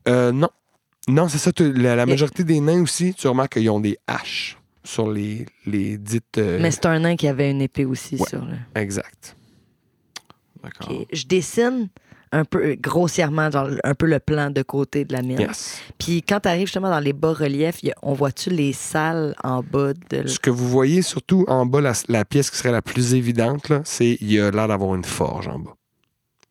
Euh, non. Non, c'est ça. tu- La, la Ok. majorité des nains aussi, tu remarques qu'ils ont des haches sur les, les dites. euh, Mais c'est un nain qui avait une épée aussi ouais. sur le. exact. Ah. D'accord. Ok. Je dessine un peu euh, grossièrement, genre, un peu le plan de côté de la mienne. Yes. Puis quand tu arrives justement dans les bas-reliefs, il y a- on voit-tu les salles en bas de. l- Ce que vous voyez, surtout en bas, la, la pièce qui serait la plus évidente, là, c'est il y a l'air d'avoir une forge en bas.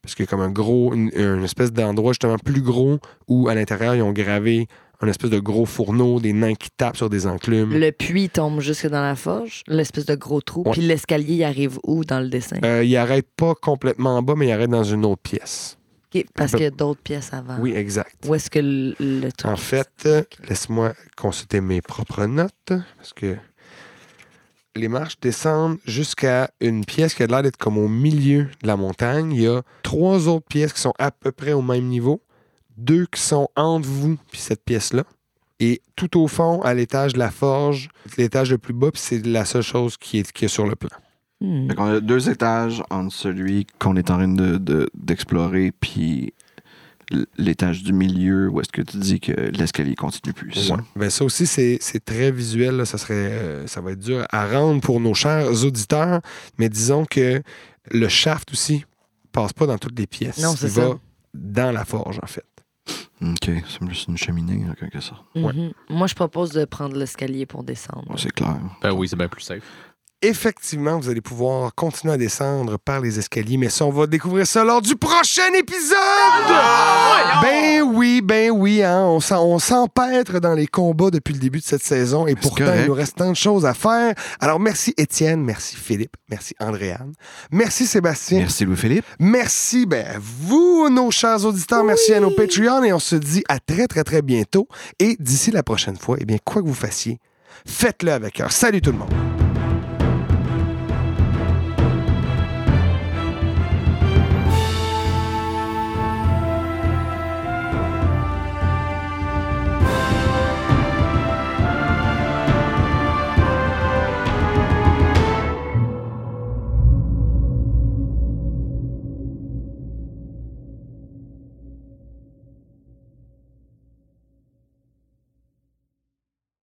Parce qu'il y a comme un gros, une, une espèce d'endroit justement plus gros où à l'intérieur, ils ont gravé un espèce de gros fourneau, des nains qui tapent sur des enclumes. Le puits tombe jusque dans la forge, l'espèce de gros trou. Mm. Ouais. Puis l'escalier, il arrive où dans le dessin? Euh, ils n'arrêtent pas complètement en bas, mais ils arrêtent dans une autre pièce. Ok, Parce qu'il y a d'autres pièces avant. ben, Oui, exact. Où est-ce que le, le truc. En fait, euh, laisse-moi consulter mes propres notes, parce que les marches descendent jusqu'à une pièce qui a l'air d'être comme au milieu de la montagne. Il y a trois autres pièces qui sont à peu près au même niveau, deux qui sont entre vous puis cette pièce-là. Et tout au fond, à l'étage de la forge, l'étage le plus bas, puis c'est la seule chose qui est, qui est sur le plan. Hmm. Fait qu'on a deux étages entre celui qu'on est en train de- de- d'explorer, puis l- l'étage du milieu où est-ce que tu dis que l'escalier continue plus. c'est ça? Ouais. Ben, ça aussi, c'est c'est très visuel. là. Ça, serait, euh, ça va être dur à rendre pour nos chers auditeurs. Mais disons que le shaft aussi passe pas dans toutes les pièces. Non, c'est Il ça. va dans la forge, en fait. Ok, c'est juste une cheminée, en quelque sorte. ben, Ouais. Mhm. Moi, je propose de prendre l'escalier pour descendre. Ouais, c'est clair. Ben oui, c'est bien plus safe. Effectivement, vous allez pouvoir continuer à descendre par les escaliers, mais ça, on va découvrir ça lors du prochain épisode! ben oui, ben oui, hein, on s'en- on s'empêtre dans les combats depuis le début de cette saison et pourtant, correct. il nous reste tant de choses à faire. Alors, merci Étienne, merci Philippe, merci Andréane, merci Sébastien, merci, Merci Louis-Philippe. ben, à vous, nos chers auditeurs, merci à nos Patreons et on se dit à très, très, très bientôt. Et d'ici la prochaine fois, eh bien, quoi que vous fassiez, faites-le avec cœur. Salut tout le monde!